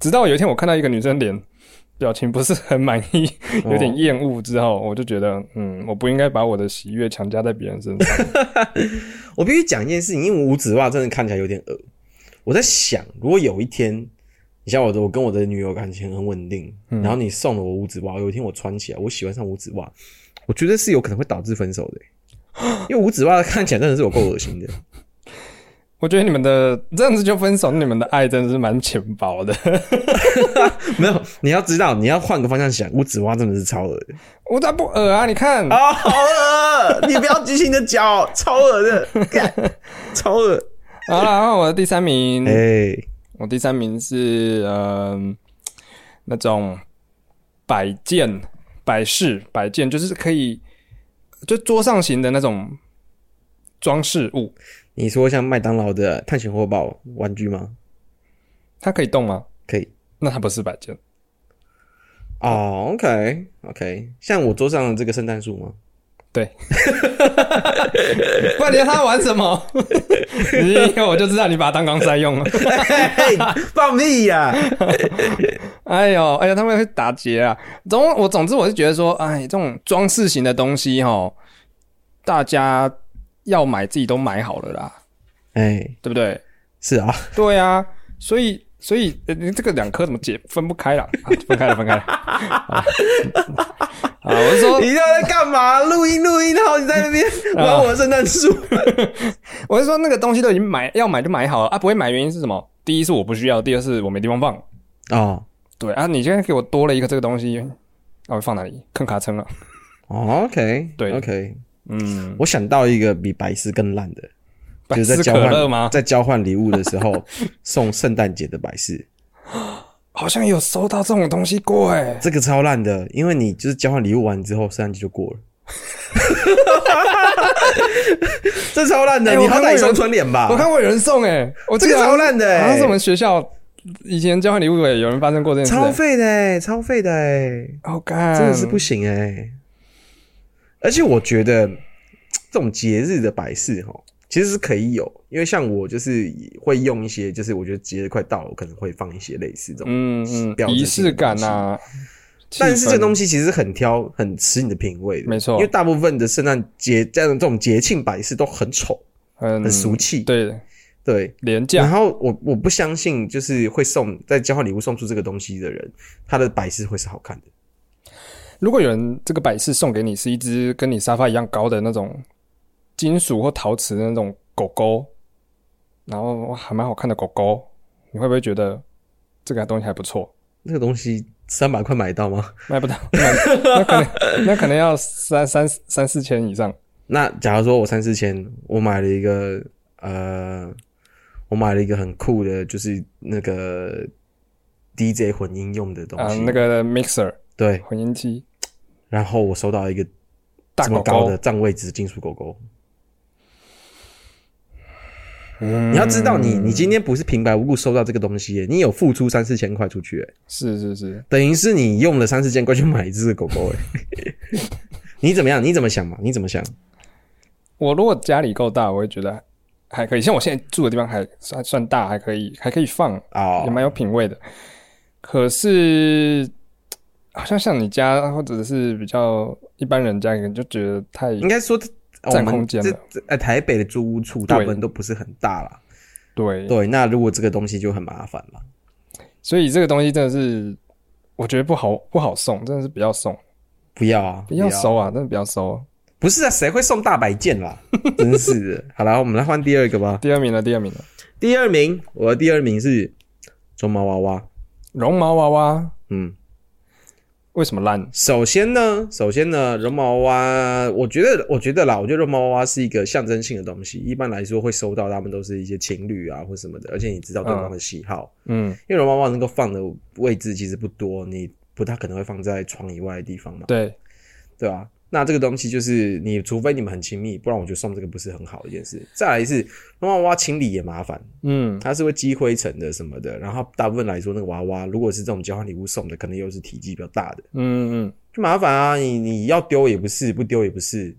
[SPEAKER 1] 直到有一天我看到一个女生脸表情不是很满意，
[SPEAKER 2] 哦
[SPEAKER 1] 有点厌恶之后，我就觉得，嗯，我不应该把我的喜悦强加在别人身上。 [LAUGHS]
[SPEAKER 2] 我必须讲一件事情，因为五指袜真的看起来有点恶。我在想，如果有一天，你像我的，我跟我的女友感情很稳定，然后你送了我五指袜，有一天我穿起来，我喜欢上五指袜，我觉得是欸 [GASPS] 有可能会导致分手的、因为五指袜看起来真的是有够恶心的，
[SPEAKER 1] 我我觉得你们的这样子就分手，那你们的爱真的是蛮浅薄的。
[SPEAKER 2] [LAUGHS]
[SPEAKER 1] [LAUGHS]
[SPEAKER 2] 没有，你要知道，你要换个方向想，我紫蛙真的是超恶的
[SPEAKER 1] 我咋不恶啊？你看，
[SPEAKER 2] 啊， [LAUGHS] 好恶！你不要举起你的脚，超恶的， [LAUGHS] 干超恶。
[SPEAKER 1] 好了，然后我的第三名，
[SPEAKER 2] 哎，
[SPEAKER 1] 我第三名是嗯、那种摆件、摆饰、摆件，就是可以就桌上型的那种装饰物，
[SPEAKER 2] 你说像麦当劳的探险活宝玩具吗？
[SPEAKER 1] 它可以动吗？
[SPEAKER 2] 可以。
[SPEAKER 1] 那它不是摆件，
[SPEAKER 2] 哦，OK，OK、o k OK，像我桌上的这个圣诞树吗？
[SPEAKER 1] 对。 [LAUGHS] 不然你要它玩什么？ [LAUGHS] 你我就知道你把它当钢塞用了。
[SPEAKER 2] 嘿，放屁呀、
[SPEAKER 1] 哎呦，哎呀，他们会打结啊！总我总之我是觉得说，哎，这种装饰型的东西哈，大家要买自己都买好了啦，
[SPEAKER 2] 哎，
[SPEAKER 1] 对不对？
[SPEAKER 2] 是 [LAUGHS] 啊，
[SPEAKER 1] 对啊，所以所以呃你这个两颗怎么解分不开了、啊？分开了，分开了。啊，啊我是说，
[SPEAKER 2] 你在在干嘛？录音录音，然后你在 [LAUGHS] 那边玩我的圣诞树。
[SPEAKER 1] 我是说那个东西都已经买，要买就买好了啊，不会买原因是什么？第一是我不需要，第二是我没地方放。
[SPEAKER 2] 哦
[SPEAKER 1] 对啊，你现在给我多了一个这个东西，啊，我放哪里？坑卡称了。
[SPEAKER 2] 哦，OK，
[SPEAKER 1] 对
[SPEAKER 2] ，OK，
[SPEAKER 1] 嗯，
[SPEAKER 2] 我想到一个比百事更烂的，
[SPEAKER 1] 百
[SPEAKER 2] 就是在
[SPEAKER 1] 事
[SPEAKER 2] 交
[SPEAKER 1] 可乐吗
[SPEAKER 2] 换？在交换礼物的时
[SPEAKER 1] [LAUGHS]
[SPEAKER 2] 候送圣诞节的百事，
[SPEAKER 1] 好像有收到这种东西过哎、
[SPEAKER 2] 这个超烂的，因为你就是交换礼物完之后，圣诞节就过 [LAUGHS] 了。这超烂的，
[SPEAKER 1] 哎
[SPEAKER 2] 你
[SPEAKER 1] 我看
[SPEAKER 2] 好
[SPEAKER 1] 过
[SPEAKER 2] 歹
[SPEAKER 1] 有
[SPEAKER 2] 送春联吧？
[SPEAKER 1] 我看过有人送哎、我记
[SPEAKER 2] 啊这
[SPEAKER 1] 得
[SPEAKER 2] 个
[SPEAKER 1] 好
[SPEAKER 2] 超
[SPEAKER 1] 像
[SPEAKER 2] 烂的、
[SPEAKER 1] 好像
[SPEAKER 2] 欸
[SPEAKER 1] 是我，们学校以前交换礼物哎、有人发生过这件事、
[SPEAKER 2] 超
[SPEAKER 1] 欸。
[SPEAKER 2] 废的、欸，超废的、欸。
[SPEAKER 1] 好干，
[SPEAKER 2] 真的是不行哎、而且我觉得这种节日的摆饰哈，其实是可以有，因为像我就是会用一些，就是我觉得节日快到了，我可能会放一些类似这种。
[SPEAKER 1] 嗯嗯
[SPEAKER 2] 标，志性
[SPEAKER 1] 仪式感啊呐、
[SPEAKER 2] 但是这个
[SPEAKER 1] 气氛
[SPEAKER 2] 东西其实很挑，很吃你的品味的，
[SPEAKER 1] 没错
[SPEAKER 2] 因为大部分的圣诞节这样的这种节庆摆饰都很丑，
[SPEAKER 1] 很
[SPEAKER 2] 很俗气
[SPEAKER 1] 嗯对，
[SPEAKER 2] 对。
[SPEAKER 1] 廉
[SPEAKER 2] 然
[SPEAKER 1] 价，
[SPEAKER 2] 后我我不相信，就是会送在交换礼物送出这个东西的人，他的摆饰会是好看的。
[SPEAKER 1] 如果有人这个摆饰送给你是一只跟你沙发一样高的那种金属或陶瓷的那种狗狗，然后哇还蛮好看的狗狗，你会不会觉得这个东西还不
[SPEAKER 2] [LAUGHS]
[SPEAKER 1] 错？
[SPEAKER 2] 那个东西三百块买得到吗？ [LAUGHS]
[SPEAKER 1] 买不到，买那可能那可能要三三三四千以上。
[SPEAKER 2] 那假如说我三四千，我买了一个呃，我买了一个很酷的，就是那个 DJ 混音用的东
[SPEAKER 1] 啊、
[SPEAKER 2] 西，
[SPEAKER 1] 那个 mixer
[SPEAKER 2] 对。
[SPEAKER 1] 混音机
[SPEAKER 2] 然后我收到一个
[SPEAKER 1] 大
[SPEAKER 2] 这么
[SPEAKER 1] 狗
[SPEAKER 2] 高
[SPEAKER 1] 狗
[SPEAKER 2] 的，占位置的金属狗狗。
[SPEAKER 1] 嗯
[SPEAKER 2] 你要知道你，你今天不是平白无故收到这个东西耶，你有付出三四千块出去耶，
[SPEAKER 1] 是是是，
[SPEAKER 2] 等于是你用了三四千块去买一只狗狗，哎， [LAUGHS] 你怎么样？你怎么想嘛？你怎么想？
[SPEAKER 1] 我如果家里够大，我会觉得还可以。像我现在住的地方还算算大，还可以还可以放，
[SPEAKER 2] 哦
[SPEAKER 1] 也，蛮有品味的。可是好像像你家或者是比较一般人家，可能就觉得太
[SPEAKER 2] 应该说呃我
[SPEAKER 1] 占
[SPEAKER 2] 们
[SPEAKER 1] 空间
[SPEAKER 2] 这
[SPEAKER 1] 了
[SPEAKER 2] 这呃台北的租屋处大部
[SPEAKER 1] 对
[SPEAKER 2] 分都不是很大啦。
[SPEAKER 1] 对，
[SPEAKER 2] 对，那如果这个东西就很麻烦了。
[SPEAKER 1] 所以这个东西真的是我觉得不好不好送，真的是不要送，
[SPEAKER 2] 不要啊，
[SPEAKER 1] 不要收啊，真的不要收、
[SPEAKER 2] 不是啊，谁会送大摆
[SPEAKER 1] [LAUGHS]
[SPEAKER 2] 件啦？真是的。好啦，我们来换第二个吧。
[SPEAKER 1] 第二名了，第二名了，
[SPEAKER 2] 第二名，我的第二名是中毛娃娃。
[SPEAKER 1] 绒毛娃娃
[SPEAKER 2] 嗯，
[SPEAKER 1] 为什么烂？
[SPEAKER 2] 首先呢，首先呢，绒毛娃娃，我觉得，我觉得啦，我觉得绒毛娃娃是一个象征性的东西。一般来说，会收到他们都是一些情侣啊或什么的，而且你知道对方的喜好，
[SPEAKER 1] 嗯，
[SPEAKER 2] 因为绒毛娃娃能够放的位置其实不多，你不太可能会放在床以外的地方嘛。
[SPEAKER 1] 对，
[SPEAKER 2] 对啊，那这个东西就是你，除非你们很亲密，不然我觉得送这个不是很好的一件事。再来是那娃娃清理也麻烦，
[SPEAKER 1] 嗯，
[SPEAKER 2] 它是会积灰尘的什么的。然后大部分来说，那个娃娃如果是这种交换礼物送的，可能又是体积比较大的，
[SPEAKER 1] 嗯嗯，
[SPEAKER 2] 就麻烦啊。你你要丢也不是，不丢也不是，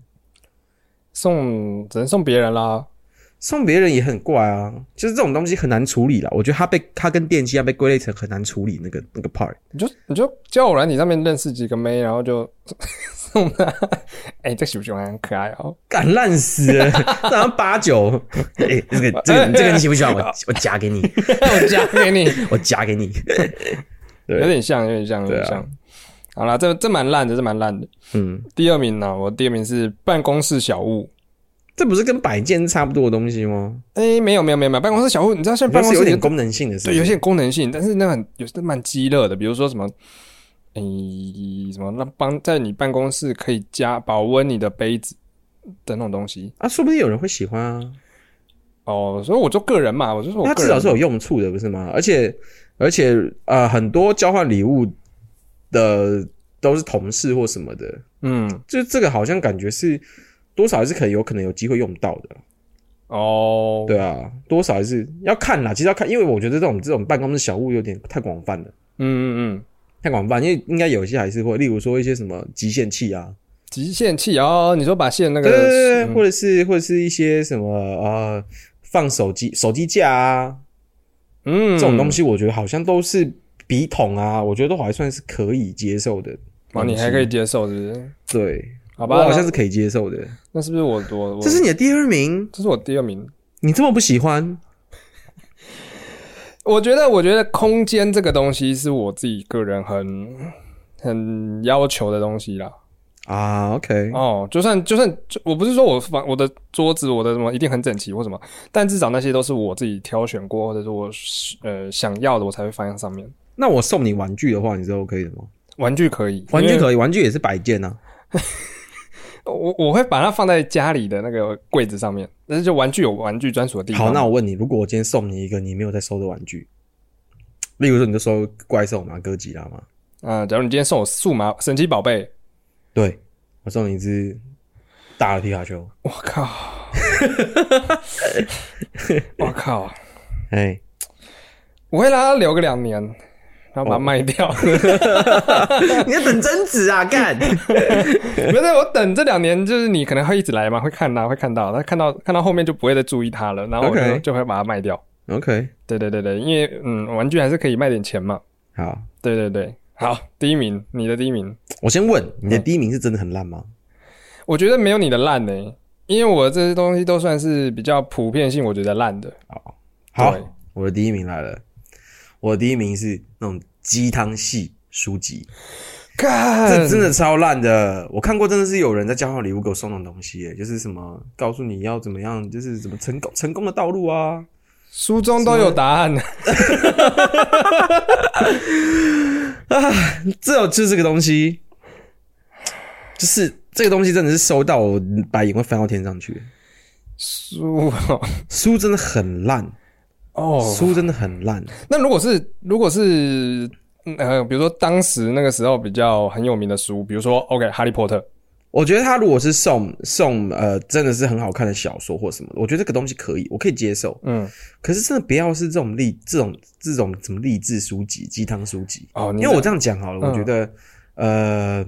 [SPEAKER 1] 送只能送别人啦。
[SPEAKER 2] 送别人也很怪啊。就是这种东西很难处理啦。我觉得它被它跟电器啊要被归类成很难处理那个那个 part。
[SPEAKER 1] 你就你就交友软体上面认识几个妹，然后就 [LAUGHS] 送她。哎、这喜不喜欢？很可爱 [LAUGHS] 哦。
[SPEAKER 2] 干烂死了，好像八九。 [LAUGHS] 哎、这个这个这个你喜不喜
[SPEAKER 1] 哎
[SPEAKER 2] 欢？我 [LAUGHS] 我夹给你，
[SPEAKER 1] 我嫁给你，
[SPEAKER 2] 我夹给你。对
[SPEAKER 1] 有点像，有点像，有
[SPEAKER 2] 对啊
[SPEAKER 1] 点像。好啦，这这蛮烂的，这蛮烂的。
[SPEAKER 2] 嗯，
[SPEAKER 1] 第二名呢、我第二名是办公室小物，
[SPEAKER 2] 这不是跟摆件差不多的东西吗？
[SPEAKER 1] 哎，没有没有没有没有，办公室小物，你知道现在办
[SPEAKER 2] 就
[SPEAKER 1] 公室
[SPEAKER 2] 是有点
[SPEAKER 1] 有
[SPEAKER 2] 功能性的，
[SPEAKER 1] 对有
[SPEAKER 2] 些
[SPEAKER 1] 些功能性，但是那个很有些蛮鸡肋的，比如说什么，诶、什么让帮在你办公室可以加保温你的杯子的那种东西
[SPEAKER 2] 啊，说不定有人会喜欢啊。
[SPEAKER 1] 哦，所以我就个人嘛，我就说我
[SPEAKER 2] 它
[SPEAKER 1] 个
[SPEAKER 2] 至
[SPEAKER 1] 人
[SPEAKER 2] 少是有用处的，不是吗？而且而且呃，很多交换礼物的都是同事或什么的，
[SPEAKER 1] 嗯
[SPEAKER 2] 就这个好像感觉是多少还是可以有可能有机会用到的，
[SPEAKER 1] 哦，
[SPEAKER 2] 对啊，多少还是要看啦，其实要看，因为我觉得这种这种办公室小物有点太广泛了，
[SPEAKER 1] 嗯嗯嗯，
[SPEAKER 2] 太广泛，因为应该有一些还是会，例如说一些什么极限器啊，
[SPEAKER 1] 极限器哦，你说把线那个
[SPEAKER 2] 对对对，
[SPEAKER 1] 嗯
[SPEAKER 2] 或者是或者是一些什么呃放手机手机架啊，
[SPEAKER 1] 嗯
[SPEAKER 2] 这种东，西，我觉得好像都是笔筒啊，我觉得都还算是可以接受的。
[SPEAKER 1] 哦，你还可以，接受是不是？
[SPEAKER 2] 对，
[SPEAKER 1] 好
[SPEAKER 2] 我
[SPEAKER 1] 吧，
[SPEAKER 2] 好像
[SPEAKER 1] 那
[SPEAKER 2] 是可以接受的。
[SPEAKER 1] 那是不是我我我
[SPEAKER 2] 这是你的第二名，
[SPEAKER 1] 这是我第二名？
[SPEAKER 2] 你这么不喜欢，
[SPEAKER 1] 我觉得，我觉得空间这个东西是我自己个人很很要求的东西啦。
[SPEAKER 2] 啊？OK，
[SPEAKER 1] 哦，就算就算就我不是说我房我的桌子我的什么一定很整齐或什么，但至少那些都是我自己挑选过，或者是我呃想要的，我才会放在上面。
[SPEAKER 2] 那我送你玩具的话，你是 OK 的吗？
[SPEAKER 1] 玩具可以，
[SPEAKER 2] 玩具
[SPEAKER 1] 以，
[SPEAKER 2] 可以，玩具也是摆件啊。
[SPEAKER 1] 我我会把它放在家里的那个柜子上面，但是就玩具有玩具专属的地方。
[SPEAKER 2] 好，那我问你，如果我今天送你一个你没有在收的玩具，例如说你就收怪兽嘛、哥吉拉嘛，
[SPEAKER 1] 啊、假如你今天送我数码神奇宝贝，
[SPEAKER 2] 对我送你一只大的皮卡丘，
[SPEAKER 1] 我靠，我靠，
[SPEAKER 2] 哎，
[SPEAKER 1] 我会让它留个两年，然后把它卖
[SPEAKER 2] 哦
[SPEAKER 1] [LAUGHS] 掉。
[SPEAKER 2] [LAUGHS] 你在等贞子啊？干，
[SPEAKER 1] 没有，我等这两年，就是你可能会一直来嘛，会看到，会看到，但看到看到后面就不会再注意它了，然后我就
[SPEAKER 2] OK
[SPEAKER 1] 就会把它卖掉。
[SPEAKER 2] [LAUGHS] OK，
[SPEAKER 1] 对对对对，因为嗯，玩具还是可以卖点钱嘛。
[SPEAKER 2] 好，
[SPEAKER 1] 对对对，好，第一名，你的第一名，
[SPEAKER 2] 我先问你的第一名是真的很烂吗？
[SPEAKER 1] 我觉得没有你的烂呢、因为我这些东西都算是比较普遍性，我觉得烂的。
[SPEAKER 2] 好
[SPEAKER 1] 对，
[SPEAKER 2] 我的第一名来了，我的第一名是那种鸡汤系书籍，
[SPEAKER 1] 看，
[SPEAKER 2] 这真的超烂的。我看过，真的是有人在交换礼物给我送那种东西耶，就是什么告诉你要怎么样，就是怎么成功成功的道路啊。
[SPEAKER 1] 书中都有答案。
[SPEAKER 2] 这种就是这个东西，就是这个东西真的是收到我白眼会翻到天上去。
[SPEAKER 1] 书
[SPEAKER 2] 书真的很烂，
[SPEAKER 1] 哦，
[SPEAKER 2] 书真的很烂。
[SPEAKER 1] 那如果是如果是嗯呃，比如说当时那个时候比较很有名的书，比如说 OK《哈利波特》，
[SPEAKER 2] 我觉得他如果是送送呃，真的是很好看的小说或什么的，我觉得这个东西可以，我可以接受。
[SPEAKER 1] 嗯，
[SPEAKER 2] 可是真的不要是这种励这种这种什么励志书籍、鸡汤书籍，
[SPEAKER 1] 哦，你
[SPEAKER 2] 因为我这样讲好了，
[SPEAKER 1] 嗯
[SPEAKER 2] 我觉得呃，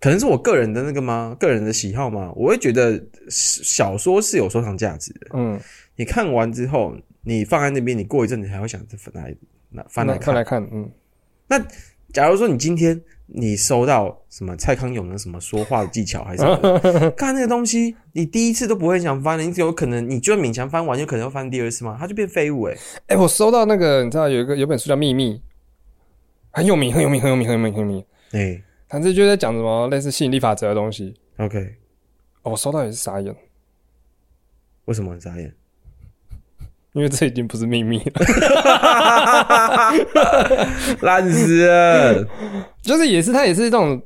[SPEAKER 2] 可能是我个人的那个吗？个人的喜好吗？我会觉得小说是有收藏价值的，
[SPEAKER 1] 嗯，
[SPEAKER 2] 你看完之后，你放在那边，你过一阵子还会想再翻来拿翻来
[SPEAKER 1] 那翻
[SPEAKER 2] 看。
[SPEAKER 1] 来看，嗯，
[SPEAKER 2] 假如说你今天你收到什么蔡康永的什么说话的技巧还是什么 [LAUGHS] 的，看那个东西，你第一次都不会想翻了，你只有可能你就算勉强翻完，有可能要翻第二次嘛，它就变废物哎、
[SPEAKER 1] 哎、我收到那个，你知道有一个有本书叫《秘密》，很有名，很有名，很有名，很有名，很有名。
[SPEAKER 2] 哎、
[SPEAKER 1] 反正就在讲什么类似吸引力法则的东西。
[SPEAKER 2] 哎 OK，
[SPEAKER 1] 哦我收到也是傻眼，
[SPEAKER 2] 为什么很傻眼？
[SPEAKER 1] 因为这已经不是秘密了， [LAUGHS]
[SPEAKER 2] 烂死了！
[SPEAKER 1] 就是也是它也是这种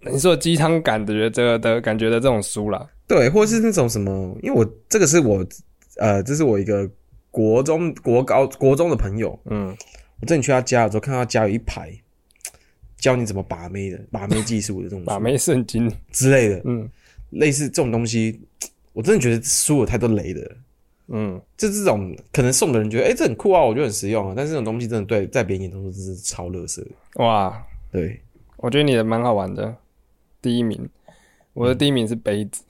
[SPEAKER 1] 你说的鸡汤感的的的感觉的这种书啦。
[SPEAKER 2] [LAUGHS] 对，或是那种什么，因为我这个是我，呃，这是我一个国中、国高、国中的朋友，
[SPEAKER 1] 嗯，
[SPEAKER 2] 我之前去他家的时候，看到他家有一排教你怎么把妹的、把妹技术的这种
[SPEAKER 1] 把妹圣经，
[SPEAKER 2] 之类的，
[SPEAKER 1] 嗯
[SPEAKER 2] 类似这种东西，我真的觉得书有太多雷的了。
[SPEAKER 1] 嗯，
[SPEAKER 2] 就这种可能送的人觉得，哎、这很酷啊，我觉得很实用啊，但是这种东西真的对在别人眼中都是超垃圾的。
[SPEAKER 1] 哇，
[SPEAKER 2] 对，
[SPEAKER 1] 我觉得你的蛮好玩的，第一名，我的第一名是杯子。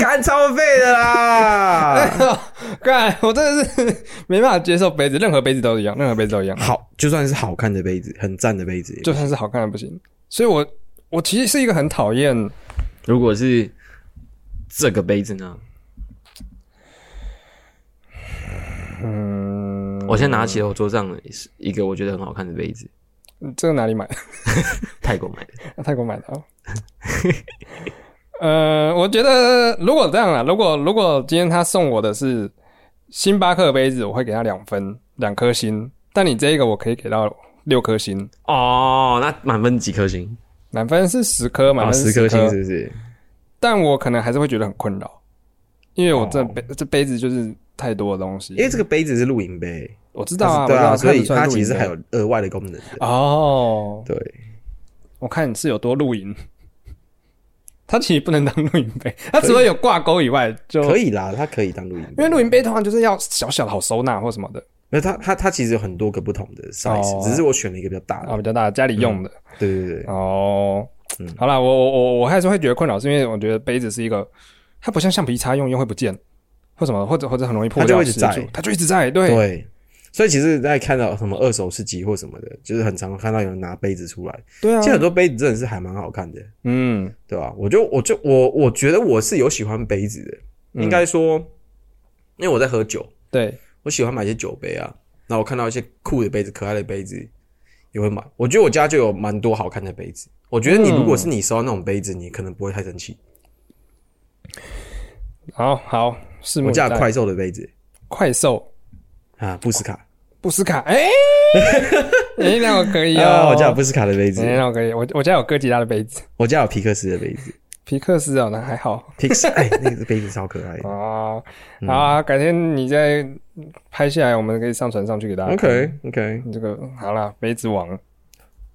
[SPEAKER 2] 干超费的啦。
[SPEAKER 1] [LAUGHS] 干，我真的是没办法接受杯子，任何杯子都一样，任何杯子都一样。
[SPEAKER 2] [LAUGHS] 好，就算是好看的杯子，很赞的杯子，
[SPEAKER 1] 就算是好看的不行。所以我我其实是一个很讨厌，
[SPEAKER 3] 如果是这个杯子呢？
[SPEAKER 1] 嗯，
[SPEAKER 3] 我先拿起了我桌上的一个我觉得很好看的杯子，
[SPEAKER 1] 这个哪里买？ [LAUGHS]
[SPEAKER 3] 泰国买的。
[SPEAKER 1] 泰国买的、哦。呃，我觉得如果这样啦，如果如果今天他送我的是星巴克杯子，我会给他两分，两颗星。但你这一个我可以给到六颗星，
[SPEAKER 3] 哦，那满分几颗星？
[SPEAKER 1] 满分是哦十颗，满
[SPEAKER 3] 啊，
[SPEAKER 1] 分是
[SPEAKER 3] 十颗
[SPEAKER 1] 10颗
[SPEAKER 3] 星是不是？
[SPEAKER 1] 但我可能还是会觉得很困扰，因为我
[SPEAKER 2] 哦
[SPEAKER 1] 这杯、这杯子就是太多的东西
[SPEAKER 2] 因。为这个杯子是露营杯，
[SPEAKER 1] 我知
[SPEAKER 2] 它
[SPEAKER 1] 道
[SPEAKER 2] 是
[SPEAKER 1] 啊，
[SPEAKER 2] 对啊，
[SPEAKER 1] 我知道
[SPEAKER 2] 所以
[SPEAKER 1] 它
[SPEAKER 2] 它
[SPEAKER 1] 只算
[SPEAKER 2] 其实
[SPEAKER 1] 露营
[SPEAKER 2] 还
[SPEAKER 1] 的
[SPEAKER 2] 有额外的功能的。
[SPEAKER 1] 哦，
[SPEAKER 2] 对，
[SPEAKER 1] 我看是有多露营。 [LAUGHS] 它其实不能当露营杯， [LAUGHS] 它除了有挂钩以外，就
[SPEAKER 2] 可以啦，它可以当露营杯，
[SPEAKER 1] 哦因为露营杯通常就是要小小的好收纳或什么的
[SPEAKER 2] 那它它它其实有很多个不同的 size，、
[SPEAKER 1] 哦
[SPEAKER 2] 只是我选了一个比较大的。
[SPEAKER 1] 啊，比较大的家里用的。
[SPEAKER 2] 对对嗯对，对
[SPEAKER 1] 哦
[SPEAKER 2] 嗯，
[SPEAKER 1] 好啦，我我我我还是会觉得困扰，是因为我觉得杯子是一个，它不像橡皮擦用用会不见，或什么，或者或者很容易破
[SPEAKER 2] 它就
[SPEAKER 1] 掉，
[SPEAKER 2] 会一直
[SPEAKER 1] 死
[SPEAKER 2] 在
[SPEAKER 1] 住它就一直在，对，
[SPEAKER 2] 对。所以其实，在看到什么二手市集或什么的，就是很常看到有人拿杯子出来。
[SPEAKER 1] 对啊
[SPEAKER 2] 其，实很多杯子真的是还蛮好看的，
[SPEAKER 1] 嗯，
[SPEAKER 2] 对吧、我就我就我我觉得我是有喜欢杯子
[SPEAKER 1] 嗯
[SPEAKER 2] 的，应该说，因为我在喝酒，
[SPEAKER 1] 对，
[SPEAKER 2] 我喜欢买一些酒杯啊，然后我看到一些酷的杯子、可爱的杯子，也会买。我觉得我家就有蛮多好看的杯子。我觉得你如果是你收到那种杯子，你可能不会太生气。
[SPEAKER 1] 好好，拭目
[SPEAKER 2] 我
[SPEAKER 1] 以
[SPEAKER 2] 家有
[SPEAKER 1] 待。
[SPEAKER 2] 快兽的杯子
[SPEAKER 1] 快兽
[SPEAKER 2] 啊，布斯卡
[SPEAKER 1] 布斯卡，
[SPEAKER 2] [LAUGHS]
[SPEAKER 1] 哎，哎，那我可以
[SPEAKER 2] 啊，
[SPEAKER 1] 哦，
[SPEAKER 2] 我家有布斯卡的杯子，
[SPEAKER 1] 哎，那我可以，我我家有哥吉拉的杯子，
[SPEAKER 2] 我家有皮克斯的杯子。
[SPEAKER 1] 皮克斯哦，那还好，
[SPEAKER 2] 皮克斯，哎，那个杯子超可爱的。
[SPEAKER 1] 哦，
[SPEAKER 2] 嗯
[SPEAKER 1] 好啊，改天你再拍下来，我们可以上传上去给大家看。
[SPEAKER 2] OK OK，
[SPEAKER 1] 你这个好啦，杯子王，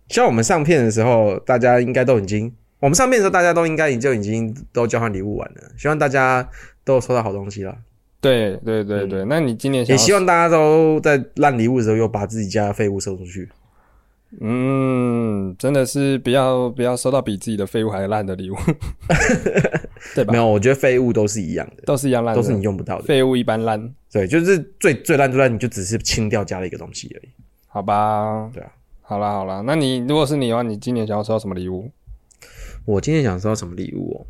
[SPEAKER 2] 像我们上片的时候，大家应该都已经，我们上片的时候，大家都应该已就已经都交换礼物完了。希望大家都有收到好东西啦，
[SPEAKER 1] 对对对对，那你今年想
[SPEAKER 2] 也
[SPEAKER 1] 要
[SPEAKER 2] 嗯希望大家都在烂礼物的时候，又把自己家的废物收出去。
[SPEAKER 1] 嗯，真的是不要不要收到比自己的废物还烂的礼物， [LAUGHS] 对吧
[SPEAKER 2] 没？有，我觉得废物都是一样的，
[SPEAKER 1] 都是一样烂的，
[SPEAKER 2] 都是你用不到的。
[SPEAKER 1] 废物一般烂，
[SPEAKER 2] 对，就是最最烂最烂，你就只是清掉家的一个东西而已。
[SPEAKER 1] 好吧？
[SPEAKER 2] 对啊，
[SPEAKER 1] 好啦好啦，那你如果是你的话，你今年想要收到什么礼物？
[SPEAKER 2] 我今天想收到什么礼物哦？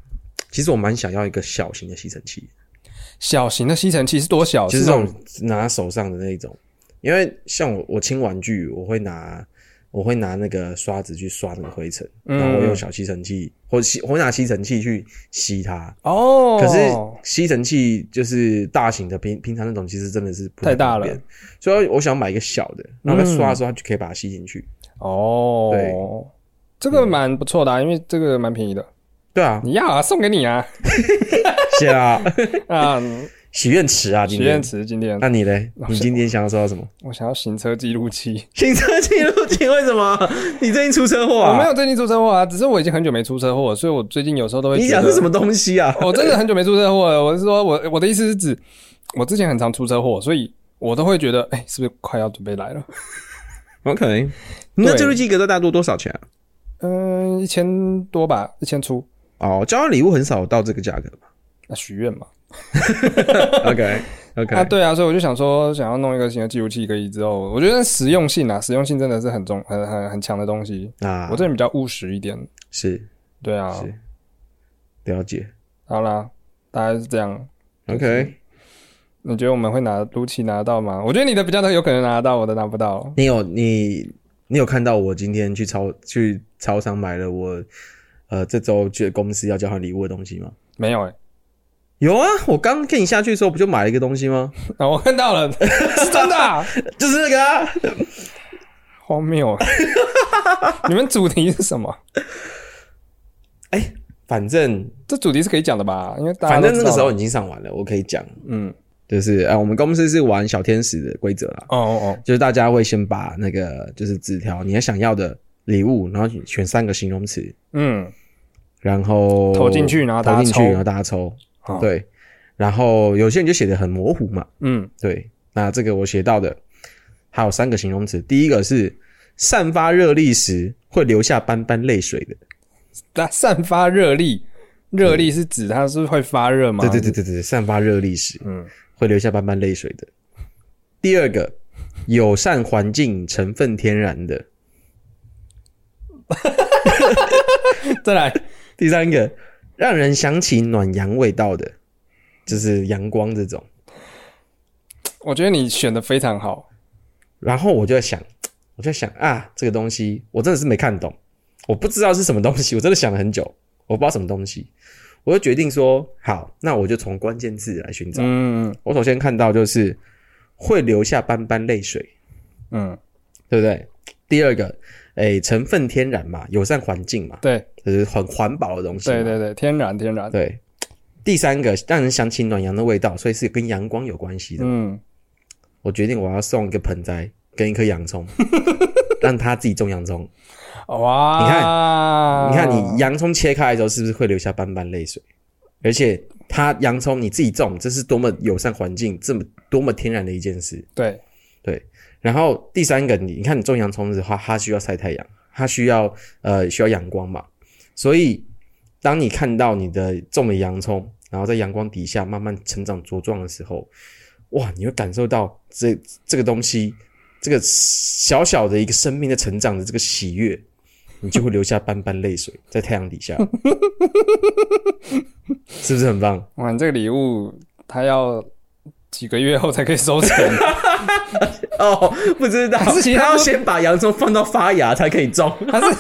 [SPEAKER 2] 其实我蛮想要一个小型的吸尘器，
[SPEAKER 1] 小型的吸尘器是多小？
[SPEAKER 2] 就是
[SPEAKER 1] 是
[SPEAKER 2] 这
[SPEAKER 1] 那种
[SPEAKER 2] 种拿手上的那一种。因为像我我清玩具，我会拿我会拿那个刷子去刷那个灰尘，
[SPEAKER 1] 嗯
[SPEAKER 2] 然后我用小吸尘器或吸我会拿吸尘器去吸它。
[SPEAKER 1] 哦，
[SPEAKER 2] 可是吸尘器就是大型的，平平常那种其实真的是不
[SPEAKER 1] 太大了
[SPEAKER 2] 方便，所以我想买一个小的，然后在刷的时候它就可以把它吸进去。对
[SPEAKER 1] 哦，这个蛮不错的、啊，因为这个蛮便宜的。
[SPEAKER 2] 对啊，
[SPEAKER 1] 你要啊，送给你
[SPEAKER 2] [LAUGHS]
[SPEAKER 1] 啊
[SPEAKER 2] 谢啦，
[SPEAKER 1] 啊！
[SPEAKER 2] [LAUGHS] 许愿池啊，今
[SPEAKER 1] 许愿
[SPEAKER 2] 天。
[SPEAKER 1] 池今天
[SPEAKER 2] 那你嘞？你今天想要收到什么？
[SPEAKER 1] 我想要行车记录器，
[SPEAKER 2] 行车记录器？为什么？ [LAUGHS] 你最近出车祸
[SPEAKER 1] 我没
[SPEAKER 2] 啊？
[SPEAKER 1] 有最近出车祸啊，只是我已经很久没出车祸了，所以我最近有时候都会
[SPEAKER 2] 你
[SPEAKER 1] 觉
[SPEAKER 2] 讲
[SPEAKER 1] 得
[SPEAKER 2] 是什么东
[SPEAKER 1] [LAUGHS]
[SPEAKER 2] 西啊？
[SPEAKER 1] 我真的很久没出车祸了。我是说我我的意思是指，我之前很常出车祸，所以我都会觉得，哎、是不是快要准备来了？
[SPEAKER 2] OK，
[SPEAKER 1] 对
[SPEAKER 2] 那记录器格斗大多多少钱啊？
[SPEAKER 1] 嗯，一千多吧，一千出。
[SPEAKER 2] 哦，交换礼物很少到这个价格
[SPEAKER 1] [LAUGHS]
[SPEAKER 2] 吧
[SPEAKER 1] 那许愿嘛，
[SPEAKER 2] ？OK
[SPEAKER 1] 啊
[SPEAKER 2] OK，
[SPEAKER 1] 对啊，所以我就想说，想要弄一个新的记录器，可以之后，我觉得实用性啊，实用性真的是很重、很很很强的东西。
[SPEAKER 2] 啊
[SPEAKER 1] 我，这人比较务实一点，
[SPEAKER 2] 是
[SPEAKER 1] 对啊，
[SPEAKER 2] 是了解。
[SPEAKER 1] 好啦，大概是这样。
[SPEAKER 2] OK，
[SPEAKER 1] 你觉得我们会拿卢奇拿到吗？我觉得你的比较有可能拿得到，我的拿不到。
[SPEAKER 2] 你有你你有看到我今天去超去超商买了我呃这周去公司要交换礼物的东西吗？
[SPEAKER 1] 没有哎、 [LAUGHS]
[SPEAKER 2] 有啊，我刚跟你下去的时候不就买了一个东西吗？
[SPEAKER 1] 啊，我看到了，是真的啊、
[SPEAKER 2] 就是那个啊，
[SPEAKER 1] 荒谬啊！ [LAUGHS] 你们主题是什么？
[SPEAKER 2] 反正
[SPEAKER 1] 这主题是可以讲的吧？因为大家
[SPEAKER 2] 反
[SPEAKER 1] 都
[SPEAKER 2] 正
[SPEAKER 1] 知
[SPEAKER 2] 那
[SPEAKER 1] 道
[SPEAKER 2] 个时候已经上完了，我可以讲，
[SPEAKER 1] 嗯，
[SPEAKER 2] 就是啊、呃我们公司是玩小天使的规则啦，
[SPEAKER 1] 哦哦
[SPEAKER 2] 就是大家会先把那个就是纸条你想要的礼物，然后选三个形容词，
[SPEAKER 1] 哦，嗯，
[SPEAKER 2] 然后
[SPEAKER 1] 投进去然后大家
[SPEAKER 2] 投进去，
[SPEAKER 1] 抽啊
[SPEAKER 2] 然后大家抽，
[SPEAKER 1] 好，
[SPEAKER 2] 对，然后有些人就写的很模糊嘛，
[SPEAKER 1] 嗯，
[SPEAKER 2] 对，那这个我写到的还有三个形容词，第一个是散发热力时会流下斑斑泪水的，
[SPEAKER 1] 它散发热力，热力是指它是会发热吗？
[SPEAKER 2] 对对对，对对，散发热力时
[SPEAKER 1] 嗯，
[SPEAKER 2] 会流下斑斑泪水的。第二个，友善环境成分天然的。
[SPEAKER 1] [LAUGHS] 再来，
[SPEAKER 2] 第三个，让人想起暖阳味道的，就是阳光这种。
[SPEAKER 1] 我觉得你选的非常好，
[SPEAKER 2] 然后我就在想，我就在想啊，这个东西我真的是没看懂，我不知道是什么东西，我真的想了很久，我不知道什么东西。我就决定说，好，那我就从关键字来寻找。
[SPEAKER 1] 嗯
[SPEAKER 2] 我首先看到就是会流下斑斑泪水，
[SPEAKER 1] 嗯，
[SPEAKER 2] 对不对？第二个，哎，成分天然嘛，友善环境嘛，
[SPEAKER 1] 对
[SPEAKER 2] 就是很环保的东西嘛。
[SPEAKER 1] 对对对，天然天然，
[SPEAKER 2] 对。第三个，让人想起暖阳的味道，所以是跟阳光有关系的。
[SPEAKER 1] 嗯，
[SPEAKER 2] 我决定我要送一个盆栽跟一颗
[SPEAKER 1] [LAUGHS]
[SPEAKER 2] 洋葱，让他自己种洋葱。
[SPEAKER 1] 哇，
[SPEAKER 2] 你
[SPEAKER 1] 你
[SPEAKER 2] 看，你洋葱切开的时候，是不是会留下斑斑泪水？而且，它洋葱你自己种，这是多么友善环境，这么多么天然的一件事。
[SPEAKER 1] 对，
[SPEAKER 2] 然后第三个，你你看，你种洋葱的话，它需要晒太阳，它需要呃需要阳光嘛。所以，当你看到你的种的洋葱，然后在阳光底下慢慢成长茁壮的时候，哇，你会感受到这这个东西，这个小小的一个生命的成长的这个喜悦，你就会流下斑斑泪水，在太阳底 [LAUGHS] 下，是不是很棒？
[SPEAKER 1] 哇，你这个礼物它要几个月后才可以收成，
[SPEAKER 2] [LAUGHS] 哦，不知道，
[SPEAKER 1] 是其他
[SPEAKER 2] 他要
[SPEAKER 1] 都
[SPEAKER 2] 先把洋葱放到发芽才可以种。
[SPEAKER 1] 它是，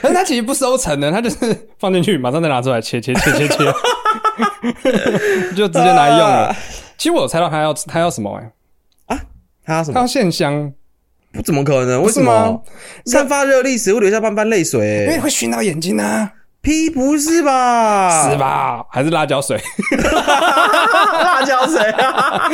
[SPEAKER 1] 可是它其实不收成的，它就是放进去，马上再拿出来切切切
[SPEAKER 2] [LAUGHS]
[SPEAKER 1] 切切，就直接拿来用
[SPEAKER 2] 啊
[SPEAKER 1] 了。其实我有猜到它要它要什么哎、
[SPEAKER 2] 嗯他要什
[SPEAKER 1] 它
[SPEAKER 2] 么
[SPEAKER 1] 要？线香，
[SPEAKER 2] 不怎么可能？为
[SPEAKER 1] 是
[SPEAKER 2] 什
[SPEAKER 1] 吗
[SPEAKER 2] 么？散发热力时会留下斑斑泪水、
[SPEAKER 1] 因为
[SPEAKER 2] 欸？
[SPEAKER 1] 会熏到眼睛啊，
[SPEAKER 2] 屁不是吧？
[SPEAKER 1] 是？吧？还是辣椒水？ [LAUGHS]
[SPEAKER 2] [LAUGHS] 辣椒水 [LAUGHS] 啊！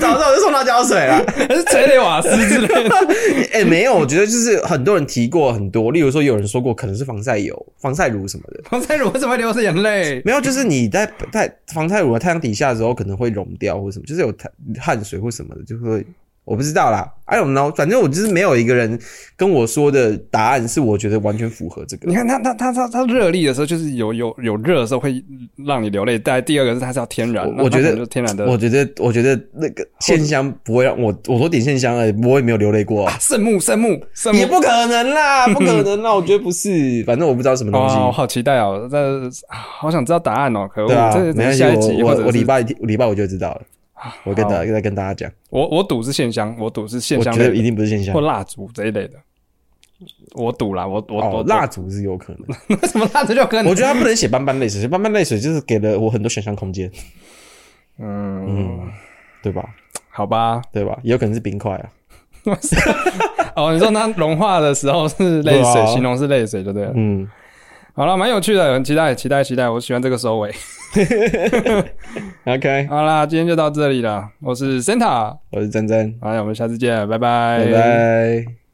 [SPEAKER 2] 早知道我就送辣椒水了。
[SPEAKER 1] 还是催泪瓦斯之类的？
[SPEAKER 2] [LAUGHS] 哎、没有，我觉得就是很多人提过很多，例如说有人说过可能是防晒油、防晒乳什么的。
[SPEAKER 1] 防晒乳为什么会流是眼泪？
[SPEAKER 2] 没有，就是你在在防晒乳啊的太阳底下的时候，可能会溶掉或什么，就是有太汗水或什么的，就会我不知道啦。I don't know，反正我就是没有一个人跟我说的答案是我觉得完全符合这个
[SPEAKER 1] 你。看它它它它它热力的时候，就是有有有热的时候会让你流泪。但第二个是它是要天然，
[SPEAKER 2] 我我觉
[SPEAKER 1] 啊那它可
[SPEAKER 2] 得
[SPEAKER 1] 能就是天然的
[SPEAKER 2] 我觉得，我觉得那个线香不会让我，我说点线香了，我也没有流泪过，
[SPEAKER 1] 圣木圣木圣木
[SPEAKER 2] 也不可
[SPEAKER 1] [LAUGHS]
[SPEAKER 2] 能啦，不可能啦，我觉得不是，反正我不知道什么东西。
[SPEAKER 1] 哦，好期待哦！这好想知道答案哦，可恶！
[SPEAKER 2] 对啊，
[SPEAKER 1] 这
[SPEAKER 2] 没关系，
[SPEAKER 1] 下一集或
[SPEAKER 2] 我我
[SPEAKER 1] 者是啊
[SPEAKER 2] 我礼拜天礼拜我就知道了，我跟大
[SPEAKER 1] 好
[SPEAKER 2] 家再跟大家讲，
[SPEAKER 1] 我我赌是线香，我赌是线
[SPEAKER 2] 我
[SPEAKER 1] 香
[SPEAKER 2] 觉
[SPEAKER 1] 类
[SPEAKER 2] 得一
[SPEAKER 1] 的
[SPEAKER 2] 定不是线香
[SPEAKER 1] 或。蜡烛这一类的，我赌啦，我我
[SPEAKER 2] 哦
[SPEAKER 1] 我，
[SPEAKER 2] 蜡烛是有可能，
[SPEAKER 1] 为 [LAUGHS] 什么蜡烛就跟
[SPEAKER 2] 我觉得他不能写斑斑泪水，写斑斑泪水就是给了我很多想象空间，
[SPEAKER 1] 嗯，
[SPEAKER 2] 对吧？
[SPEAKER 1] 好吧， [LAUGHS]
[SPEAKER 2] 对吧？也有可能是冰块啊，
[SPEAKER 1] 哦，你说它融化的时候是泪
[SPEAKER 2] 对
[SPEAKER 1] 水，
[SPEAKER 2] 啊
[SPEAKER 1] 形容是泪水就对了。
[SPEAKER 2] 嗯，
[SPEAKER 1] 好了，蛮有趣的，很期待，期待，期待，我喜欢这个收尾。
[SPEAKER 2] OK，
[SPEAKER 1] 好啦，今天就到这里了，我是 Santa，
[SPEAKER 2] 我是珍珍，
[SPEAKER 1] 好，那我们下次见，拜拜，
[SPEAKER 2] 拜拜。